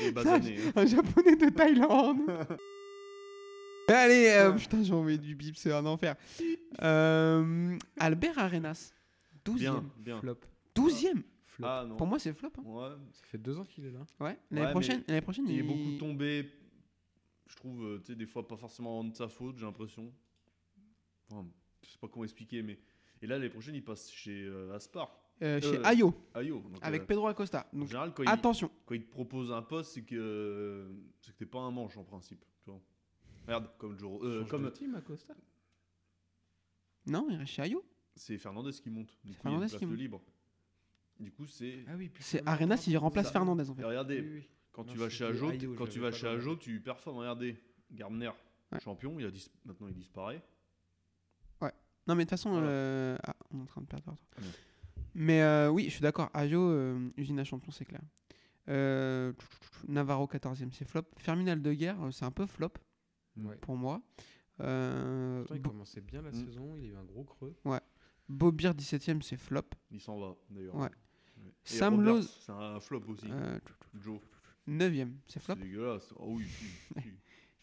[SPEAKER 3] il est basané. hein.
[SPEAKER 2] un japonais de Thaïlande. Allez, euh, putain, j'en mets du bip, c'est un enfer. Euh, Albert Arenas,
[SPEAKER 3] Bien,
[SPEAKER 2] douzième.
[SPEAKER 3] bien.
[SPEAKER 4] Flop.
[SPEAKER 2] Douzième
[SPEAKER 4] Flop.
[SPEAKER 3] Ah non.
[SPEAKER 2] Pour moi, c'est flop. hein.
[SPEAKER 3] Ouais.
[SPEAKER 4] Ça fait deux ans qu'il est là.
[SPEAKER 2] Ouais, l'année
[SPEAKER 3] Ouais,
[SPEAKER 2] prochaine, l'année prochaine,
[SPEAKER 3] Il est beaucoup tombé. Je trouve, euh, tu sais, des fois pas forcément de sa faute, j'ai l'impression. Enfin, je sais pas comment expliquer, mais. Et là, l'année prochaine, il passe chez euh, Aspar,
[SPEAKER 2] euh, chez
[SPEAKER 3] Euh,
[SPEAKER 2] Ayo,
[SPEAKER 3] Ayo. Donc,
[SPEAKER 2] avec
[SPEAKER 3] euh,
[SPEAKER 2] Pedro Acosta.
[SPEAKER 3] en
[SPEAKER 2] Donc,
[SPEAKER 3] général, quand il,
[SPEAKER 2] attention.
[SPEAKER 3] quand il te propose un poste, c'est que euh, c'est que t'es pas un manche en principe. Tu vois. Merde, comme Joro- euh,
[SPEAKER 4] Change de
[SPEAKER 3] comme
[SPEAKER 4] team à Costa.
[SPEAKER 2] Non, il reste chez Ayo.
[SPEAKER 3] c'est Fernandez qui monte. Du coup, il y a une
[SPEAKER 2] Fernandez
[SPEAKER 3] place
[SPEAKER 2] qui
[SPEAKER 3] de
[SPEAKER 2] monte.
[SPEAKER 3] libre. Du coup, c'est.
[SPEAKER 4] Ah oui, putain,
[SPEAKER 2] C'est
[SPEAKER 4] non,
[SPEAKER 2] Arenas,
[SPEAKER 4] pardon.
[SPEAKER 2] il remplace
[SPEAKER 3] ça.
[SPEAKER 2] Fernandez en fait.
[SPEAKER 3] Et Regardez,
[SPEAKER 4] Oui, oui.
[SPEAKER 3] quand tu
[SPEAKER 4] Non,
[SPEAKER 3] vas
[SPEAKER 4] c'était
[SPEAKER 3] chez Ajo,
[SPEAKER 4] Ayo,
[SPEAKER 3] tu-
[SPEAKER 4] je
[SPEAKER 3] quand tu
[SPEAKER 4] l'avais
[SPEAKER 3] vas
[SPEAKER 4] pas
[SPEAKER 3] chez
[SPEAKER 4] dans le-
[SPEAKER 3] Ajo, tu performes. Regardez, Gardner,
[SPEAKER 2] Ouais.
[SPEAKER 3] champion, il a dis- maintenant il disparaît.
[SPEAKER 2] Non, mais de toute façon,
[SPEAKER 3] Voilà.
[SPEAKER 2] euh, ah, on est en train de perdre. Arthur.
[SPEAKER 3] Ouais.
[SPEAKER 2] Mais euh, oui, je suis d'accord. Ajo, euh, usine à champion, c'est clair. Euh, Navarro 14e, c'est flop. Ferminal de guerre, euh, c'est un peu flop
[SPEAKER 4] Ouais.
[SPEAKER 2] pour moi. Euh,
[SPEAKER 4] Pourtant, il
[SPEAKER 2] Bo-
[SPEAKER 4] commençait bien la
[SPEAKER 3] Mm.
[SPEAKER 4] saison, il y a eu un gros creux.
[SPEAKER 2] Bobir 17e, c'est flop.
[SPEAKER 3] Il s'en va d'ailleurs.
[SPEAKER 2] Ouais.
[SPEAKER 3] Ouais. Et
[SPEAKER 2] Sam
[SPEAKER 3] Roberts,
[SPEAKER 2] Lowe-
[SPEAKER 3] C'est un flop aussi.
[SPEAKER 2] Euh,
[SPEAKER 3] Joe.
[SPEAKER 2] 9e, c'est flop.
[SPEAKER 3] C'est dégueulasse. Oh oui, oui, oui,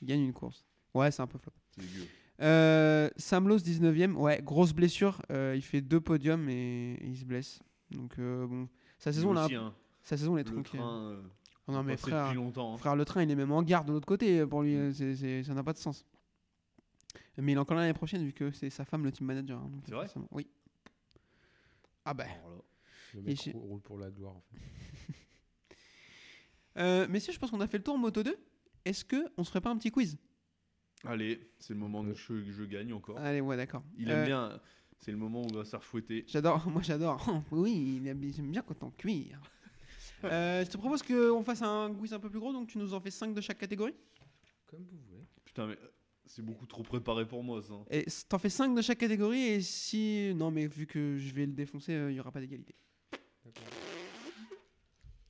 [SPEAKER 2] Il gagne une course. Ouais, c'est un peu flop.
[SPEAKER 3] c'est dégueu.
[SPEAKER 2] Euh, Sam Lowe, 19e, ouais, grosse blessure. Euh, il fait deux podiums et il se blesse. Donc euh, bon, sa saison,
[SPEAKER 3] Lui
[SPEAKER 2] là,
[SPEAKER 3] aussi, hein,
[SPEAKER 2] sa saison, elle est
[SPEAKER 3] le
[SPEAKER 2] tronquée.
[SPEAKER 3] train. euh,
[SPEAKER 2] Oh non mais
[SPEAKER 3] passé Mm.
[SPEAKER 2] frère,
[SPEAKER 3] depuis longtemps. hein.
[SPEAKER 2] Frère, le train, il est même en gare de l'autre côté. Pour lui, euh, c'est- c'est- ça n'a pas de sens. Mais il est encore là l'année prochaine, vu que c'est sa femme le team manager. hein, donc
[SPEAKER 3] C'est vrai
[SPEAKER 2] forcément- Oui. Ah bah.
[SPEAKER 3] Alors là,
[SPEAKER 4] Le mec
[SPEAKER 2] chez-
[SPEAKER 4] rou- roule pour la gloire en fait.
[SPEAKER 2] Euh, messieurs, je pense qu'on a fait le tour en moto 2. Est-ce que on se ferait pas un petit quiz
[SPEAKER 3] Allez, c'est le moment
[SPEAKER 4] Ouais.
[SPEAKER 3] où je, je gagne encore.
[SPEAKER 2] Allez, ouais, d'accord.
[SPEAKER 3] Il
[SPEAKER 2] Euh,
[SPEAKER 3] aime bien. C'est le moment où on va se faire fouetter.
[SPEAKER 2] J'adore, moi j'adore. oui, il aime- j'aime bien quand on cuire. Euh, je te propose qu'on fasse un quiz un peu plus gros, donc tu nous en fais 5 de chaque catégorie.
[SPEAKER 4] Comme vous voulez.
[SPEAKER 3] Putain, mais euh, c'est beaucoup trop préparé pour moi, ça. hein.
[SPEAKER 2] Et s- t'en fais 5 de chaque catégorie, et si. Non, mais vu que je vais le défoncer, euh, il y n'y aura pas d'égalité.
[SPEAKER 4] D'accord.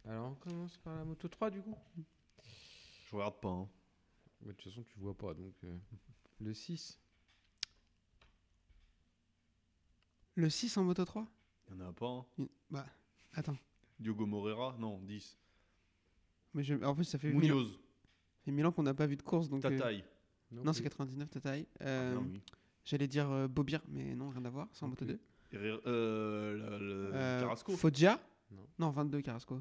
[SPEAKER 4] Alors on commence par la moto 3 du coup.
[SPEAKER 3] Je regarde pas. hein.
[SPEAKER 4] Mais de toute façon tu vois pas donc euh, le 6.
[SPEAKER 2] Le 6 en moto 3
[SPEAKER 3] Il y en a pas. hein.
[SPEAKER 2] Il- Bah, attends.
[SPEAKER 3] Diogo Moreira Non, 10.
[SPEAKER 2] Mais je- En plus, ça fait 1000 ans,
[SPEAKER 3] Munoz,
[SPEAKER 2] ça fait mille ans qu'on n'a pas vu de course. Donc, euh,
[SPEAKER 3] Tataï.
[SPEAKER 2] Non, c'est
[SPEAKER 4] plus.
[SPEAKER 2] 99 Tataï. Euh,
[SPEAKER 3] Ah, Non, oui.
[SPEAKER 2] J'allais dire euh, Bobir, mais non, rien à voir, c'est en
[SPEAKER 4] Non
[SPEAKER 2] moto
[SPEAKER 4] plus.
[SPEAKER 2] 2.
[SPEAKER 3] Herrera- euh, la- le
[SPEAKER 2] Euh,
[SPEAKER 3] Carrasco.
[SPEAKER 2] Foggia
[SPEAKER 4] Non.
[SPEAKER 2] 22 Carrasco.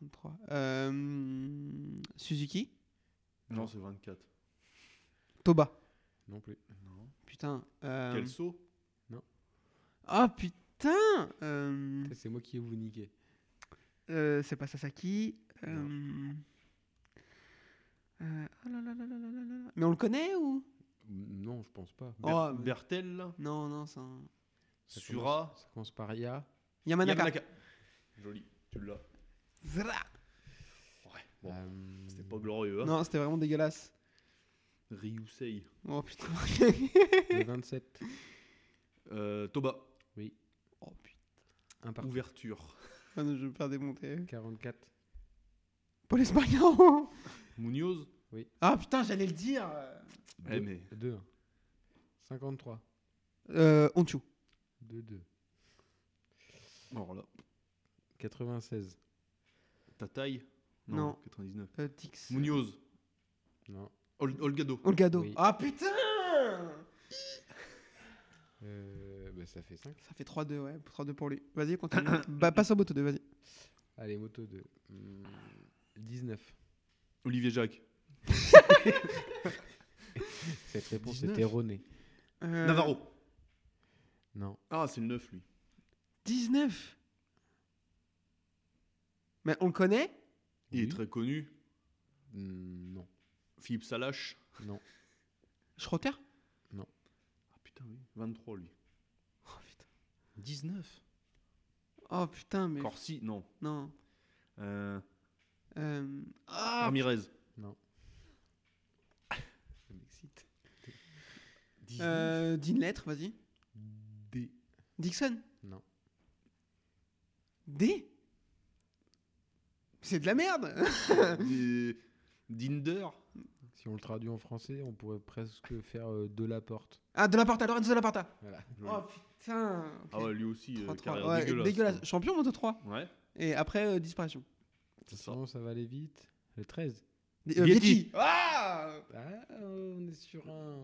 [SPEAKER 2] 23. Euh, Suzuki
[SPEAKER 3] Non, c'est 24.
[SPEAKER 2] Toba.
[SPEAKER 4] Non plus.
[SPEAKER 3] Non.
[SPEAKER 2] Putain. euh,
[SPEAKER 3] Kelso
[SPEAKER 2] Ah putain euh,
[SPEAKER 4] Ça, C'est moi qui ai vous niqué.
[SPEAKER 2] euh, C'est pas Sasaki. euh, euh, oh là là là là là là là là. Mais on le connaît ou
[SPEAKER 4] M- Mm, Non, je pense pas.
[SPEAKER 2] Oh,
[SPEAKER 3] Ber-
[SPEAKER 2] mais-
[SPEAKER 3] Bertel là
[SPEAKER 2] Non, non, c'est un.
[SPEAKER 4] Ça commence-
[SPEAKER 3] Sura
[SPEAKER 4] Ça commence par Ya.
[SPEAKER 2] Yamanaka.
[SPEAKER 3] Yamanaka. Joli, tu l'as.
[SPEAKER 2] Zra.
[SPEAKER 3] Bon,
[SPEAKER 4] Euh,
[SPEAKER 3] C'était pas glorieux. Hein.
[SPEAKER 2] Non, c'était vraiment dégueulasse.
[SPEAKER 3] Ryusei.
[SPEAKER 2] Oh putain.
[SPEAKER 4] Le 27.
[SPEAKER 3] Euh, Toba.
[SPEAKER 2] oh putain.
[SPEAKER 4] Un partout.
[SPEAKER 3] Ouverture.
[SPEAKER 2] Ah Je vais me faire démonter.
[SPEAKER 4] 44.
[SPEAKER 2] Paul Espargaro
[SPEAKER 3] Munoz
[SPEAKER 2] Ah putain, j'allais le dire
[SPEAKER 3] Eh,
[SPEAKER 4] Deux.
[SPEAKER 3] mais-
[SPEAKER 4] 2. 53.
[SPEAKER 2] euh, Onchu.
[SPEAKER 4] 2, 2.
[SPEAKER 3] Alors oh là,
[SPEAKER 4] 96.
[SPEAKER 3] Tataï
[SPEAKER 2] Non.
[SPEAKER 3] 99.
[SPEAKER 2] Euh, Tix.
[SPEAKER 3] Munoz.
[SPEAKER 4] Non.
[SPEAKER 3] Ol- Olgado.
[SPEAKER 2] Olgado.
[SPEAKER 4] Oui.
[SPEAKER 2] Ah putain
[SPEAKER 4] Euh, bah, ça fait 5.
[SPEAKER 2] Ça fait 3-2, ouais. 3-2 pour lui. Vas-y, continue. bah, passe au moto 2, vas-y.
[SPEAKER 4] Allez, moto Mm, 2. 19.
[SPEAKER 3] Olivier Jacques.
[SPEAKER 4] Cette réponse
[SPEAKER 3] 19.
[SPEAKER 4] est erronée.
[SPEAKER 2] Euh,
[SPEAKER 3] Navarro.
[SPEAKER 4] Non.
[SPEAKER 3] Ah, c'est le 9 lui.
[SPEAKER 2] 19 Mais on le connaît
[SPEAKER 3] Il
[SPEAKER 4] Oui.
[SPEAKER 3] est très connu.
[SPEAKER 4] Mm, Non.
[SPEAKER 3] Philippe Salache.
[SPEAKER 4] Non.
[SPEAKER 2] Schrotter
[SPEAKER 3] Ah putain, oui. 23 lui.
[SPEAKER 2] Oh putain.
[SPEAKER 3] 19
[SPEAKER 2] Oh putain, mais.
[SPEAKER 3] Corsi, non.
[SPEAKER 2] Non.
[SPEAKER 3] Euh,
[SPEAKER 2] Euh... Ah
[SPEAKER 3] Ramirez.
[SPEAKER 4] Ça m'excite.
[SPEAKER 2] euh, Dean Lettre, vas-y.
[SPEAKER 4] D.
[SPEAKER 2] Dixon
[SPEAKER 4] Non.
[SPEAKER 2] D C'est de la merde
[SPEAKER 3] Des- Dinder.
[SPEAKER 4] Si on le traduit en français, on pourrait presque faire euh, de la porte.
[SPEAKER 2] Ah, de la Porta, Lorenzo de la Porta
[SPEAKER 4] Voilà.
[SPEAKER 3] Joli.
[SPEAKER 2] Oh putain ok.
[SPEAKER 3] Ah ouais, lui aussi, euh,
[SPEAKER 2] 3-3.
[SPEAKER 3] carrière
[SPEAKER 2] Ouais,
[SPEAKER 3] dégueulasse.
[SPEAKER 2] Champion Moto 3.
[SPEAKER 3] Ouais,
[SPEAKER 2] Et après, euh, disparition.
[SPEAKER 3] c'est ça.
[SPEAKER 4] Sinon, ça va aller vite. Le 13.
[SPEAKER 2] Des- euh,
[SPEAKER 3] Vietti.
[SPEAKER 2] Vietti. Ah
[SPEAKER 4] Ah, on est sur un.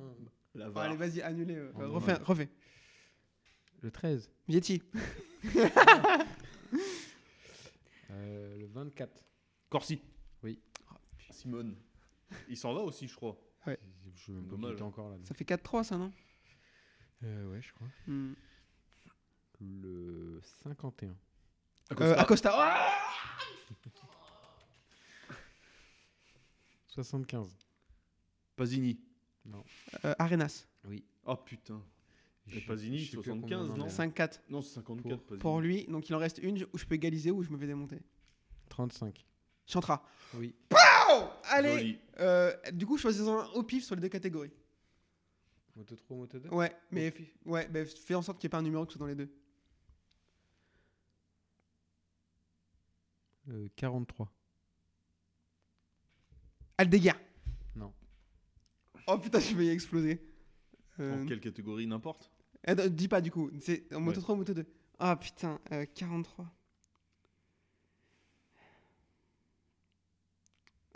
[SPEAKER 3] La
[SPEAKER 2] Allez,
[SPEAKER 3] VAR.
[SPEAKER 2] vas-y, annulé. euh,
[SPEAKER 4] Oh,
[SPEAKER 2] refais,
[SPEAKER 4] non.
[SPEAKER 2] refais.
[SPEAKER 4] Le 13.
[SPEAKER 2] Vietti.
[SPEAKER 4] Euh, le 24.
[SPEAKER 3] Corsi.
[SPEAKER 4] Oui.
[SPEAKER 3] Simone. Ah, Il s'en va aussi, je crois.
[SPEAKER 4] Je sais même pas
[SPEAKER 3] Dommage.
[SPEAKER 4] qu'il était encore là.
[SPEAKER 2] Ça fait 4-3, ça, non
[SPEAKER 4] Euh, ouais, je crois.
[SPEAKER 2] Hmm.
[SPEAKER 4] Le 51.
[SPEAKER 2] Euh, Acosta. Ah
[SPEAKER 4] 75.
[SPEAKER 3] Pasini.
[SPEAKER 2] Euh, Arenas.
[SPEAKER 4] Oui.
[SPEAKER 3] Ah putain. Et Pasini, 75, non
[SPEAKER 2] 5-4
[SPEAKER 3] Non, c'est 54.
[SPEAKER 4] Pour-
[SPEAKER 3] Pasini.
[SPEAKER 2] pour lui. Donc il en reste une où je peux égaliser ou je me fais démonter.
[SPEAKER 4] 35.
[SPEAKER 2] Chantra.
[SPEAKER 4] Oui.
[SPEAKER 2] Oh Allez
[SPEAKER 3] Joli.
[SPEAKER 2] euh, Du coup, choisissons un au pif sur les deux catégories.
[SPEAKER 4] Moto 3, moto 2
[SPEAKER 2] Ouais, mais ouais, bah, fais en sorte qu'il n'y ait pas un numéro qui soit dans les deux.
[SPEAKER 4] Euh, 43.
[SPEAKER 2] Aldegar.
[SPEAKER 4] Non.
[SPEAKER 2] Oh putain, je vais y exploser. Euh,
[SPEAKER 3] En quelle catégorie N'importe.
[SPEAKER 2] Attends, Eh, dis pas du coup, c'est en moto
[SPEAKER 3] Ouais.
[SPEAKER 2] 3 ou moto 2 Ah putain, euh, 43.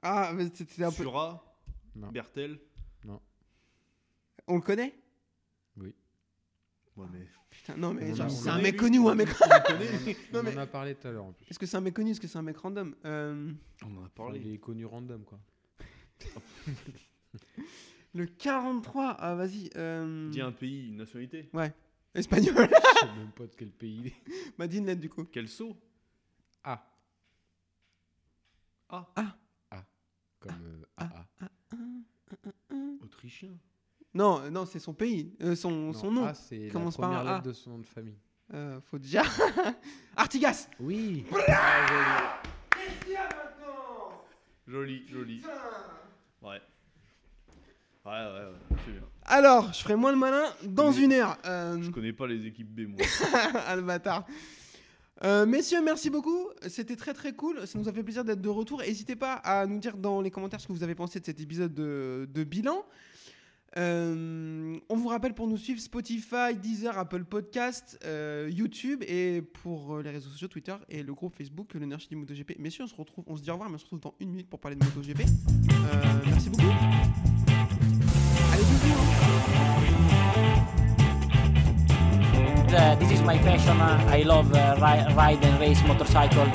[SPEAKER 2] Ah, mais c'est- c'est un peu...
[SPEAKER 3] Sura.
[SPEAKER 4] Non.
[SPEAKER 3] Bertel.
[SPEAKER 2] On le connaît
[SPEAKER 3] Ouais, mais.
[SPEAKER 2] Putain, non mais
[SPEAKER 4] On
[SPEAKER 2] genre,
[SPEAKER 4] a- on
[SPEAKER 2] c'est
[SPEAKER 4] a
[SPEAKER 2] un
[SPEAKER 3] vu.
[SPEAKER 2] mec connu ou un mec...
[SPEAKER 4] On
[SPEAKER 2] Non, mais-
[SPEAKER 4] en a parlé tout à l'heure en plus.
[SPEAKER 2] Est-ce que c'est un mec connu Est-ce que c'est un mec random Euh,
[SPEAKER 3] On en a
[SPEAKER 4] Enfin,
[SPEAKER 3] parlé.
[SPEAKER 4] Il est connu random quoi.
[SPEAKER 2] Le 43, ah vas-y. euh,
[SPEAKER 3] Dis un pays, une nationalité.
[SPEAKER 2] Espagnol.
[SPEAKER 4] je sais même pas de quel pays il est.
[SPEAKER 2] bah dis une lettre du coup.
[SPEAKER 3] Quel saut
[SPEAKER 4] Ah.
[SPEAKER 3] Ah.
[SPEAKER 2] Ah.
[SPEAKER 4] Ah. Comme euh,
[SPEAKER 2] Ah.
[SPEAKER 4] AA.
[SPEAKER 3] Autrichien.
[SPEAKER 2] Non, euh, non, c'est son pays, euh, son,
[SPEAKER 4] Non,
[SPEAKER 2] son
[SPEAKER 3] ah,
[SPEAKER 2] nom. Euh,
[SPEAKER 4] A, c'est la
[SPEAKER 2] Commence par un
[SPEAKER 4] première
[SPEAKER 2] A.
[SPEAKER 4] lettre de son nom de famille.
[SPEAKER 2] Euh, faut déjà... Artigas
[SPEAKER 4] Oui.
[SPEAKER 3] Joli, joli. Ouais. Ouais, ouais, ouais, c'est bien.
[SPEAKER 2] Alors, je ferai moins le malin dans
[SPEAKER 3] Mais-
[SPEAKER 2] une heure. Euh,
[SPEAKER 3] Je connais pas les équipes B, moi.
[SPEAKER 2] ah, le bâtard. Euh, messieurs, merci beaucoup. C'était très très cool. Ça nous a fait plaisir d'être de retour. N'hésitez pas à nous dire dans les commentaires ce que vous avez pensé de cet épisode de, de bilan. Euh, on vous rappelle pour nous suivre Spotify, Deezer, Apple Podcast, euh, YouTube et pour euh, les réseaux sociaux Twitter et le groupe Facebook l'énergie du MotoGP. Messieurs, on se retrouve, on se dit au revoir, mais on se retrouve dans une minute pour parler de MotoGP. Euh, merci beaucoup. Allez, bisous.
[SPEAKER 1] Uh, this is my passion. Uh, I love uh, ri- ride and race motorcycle.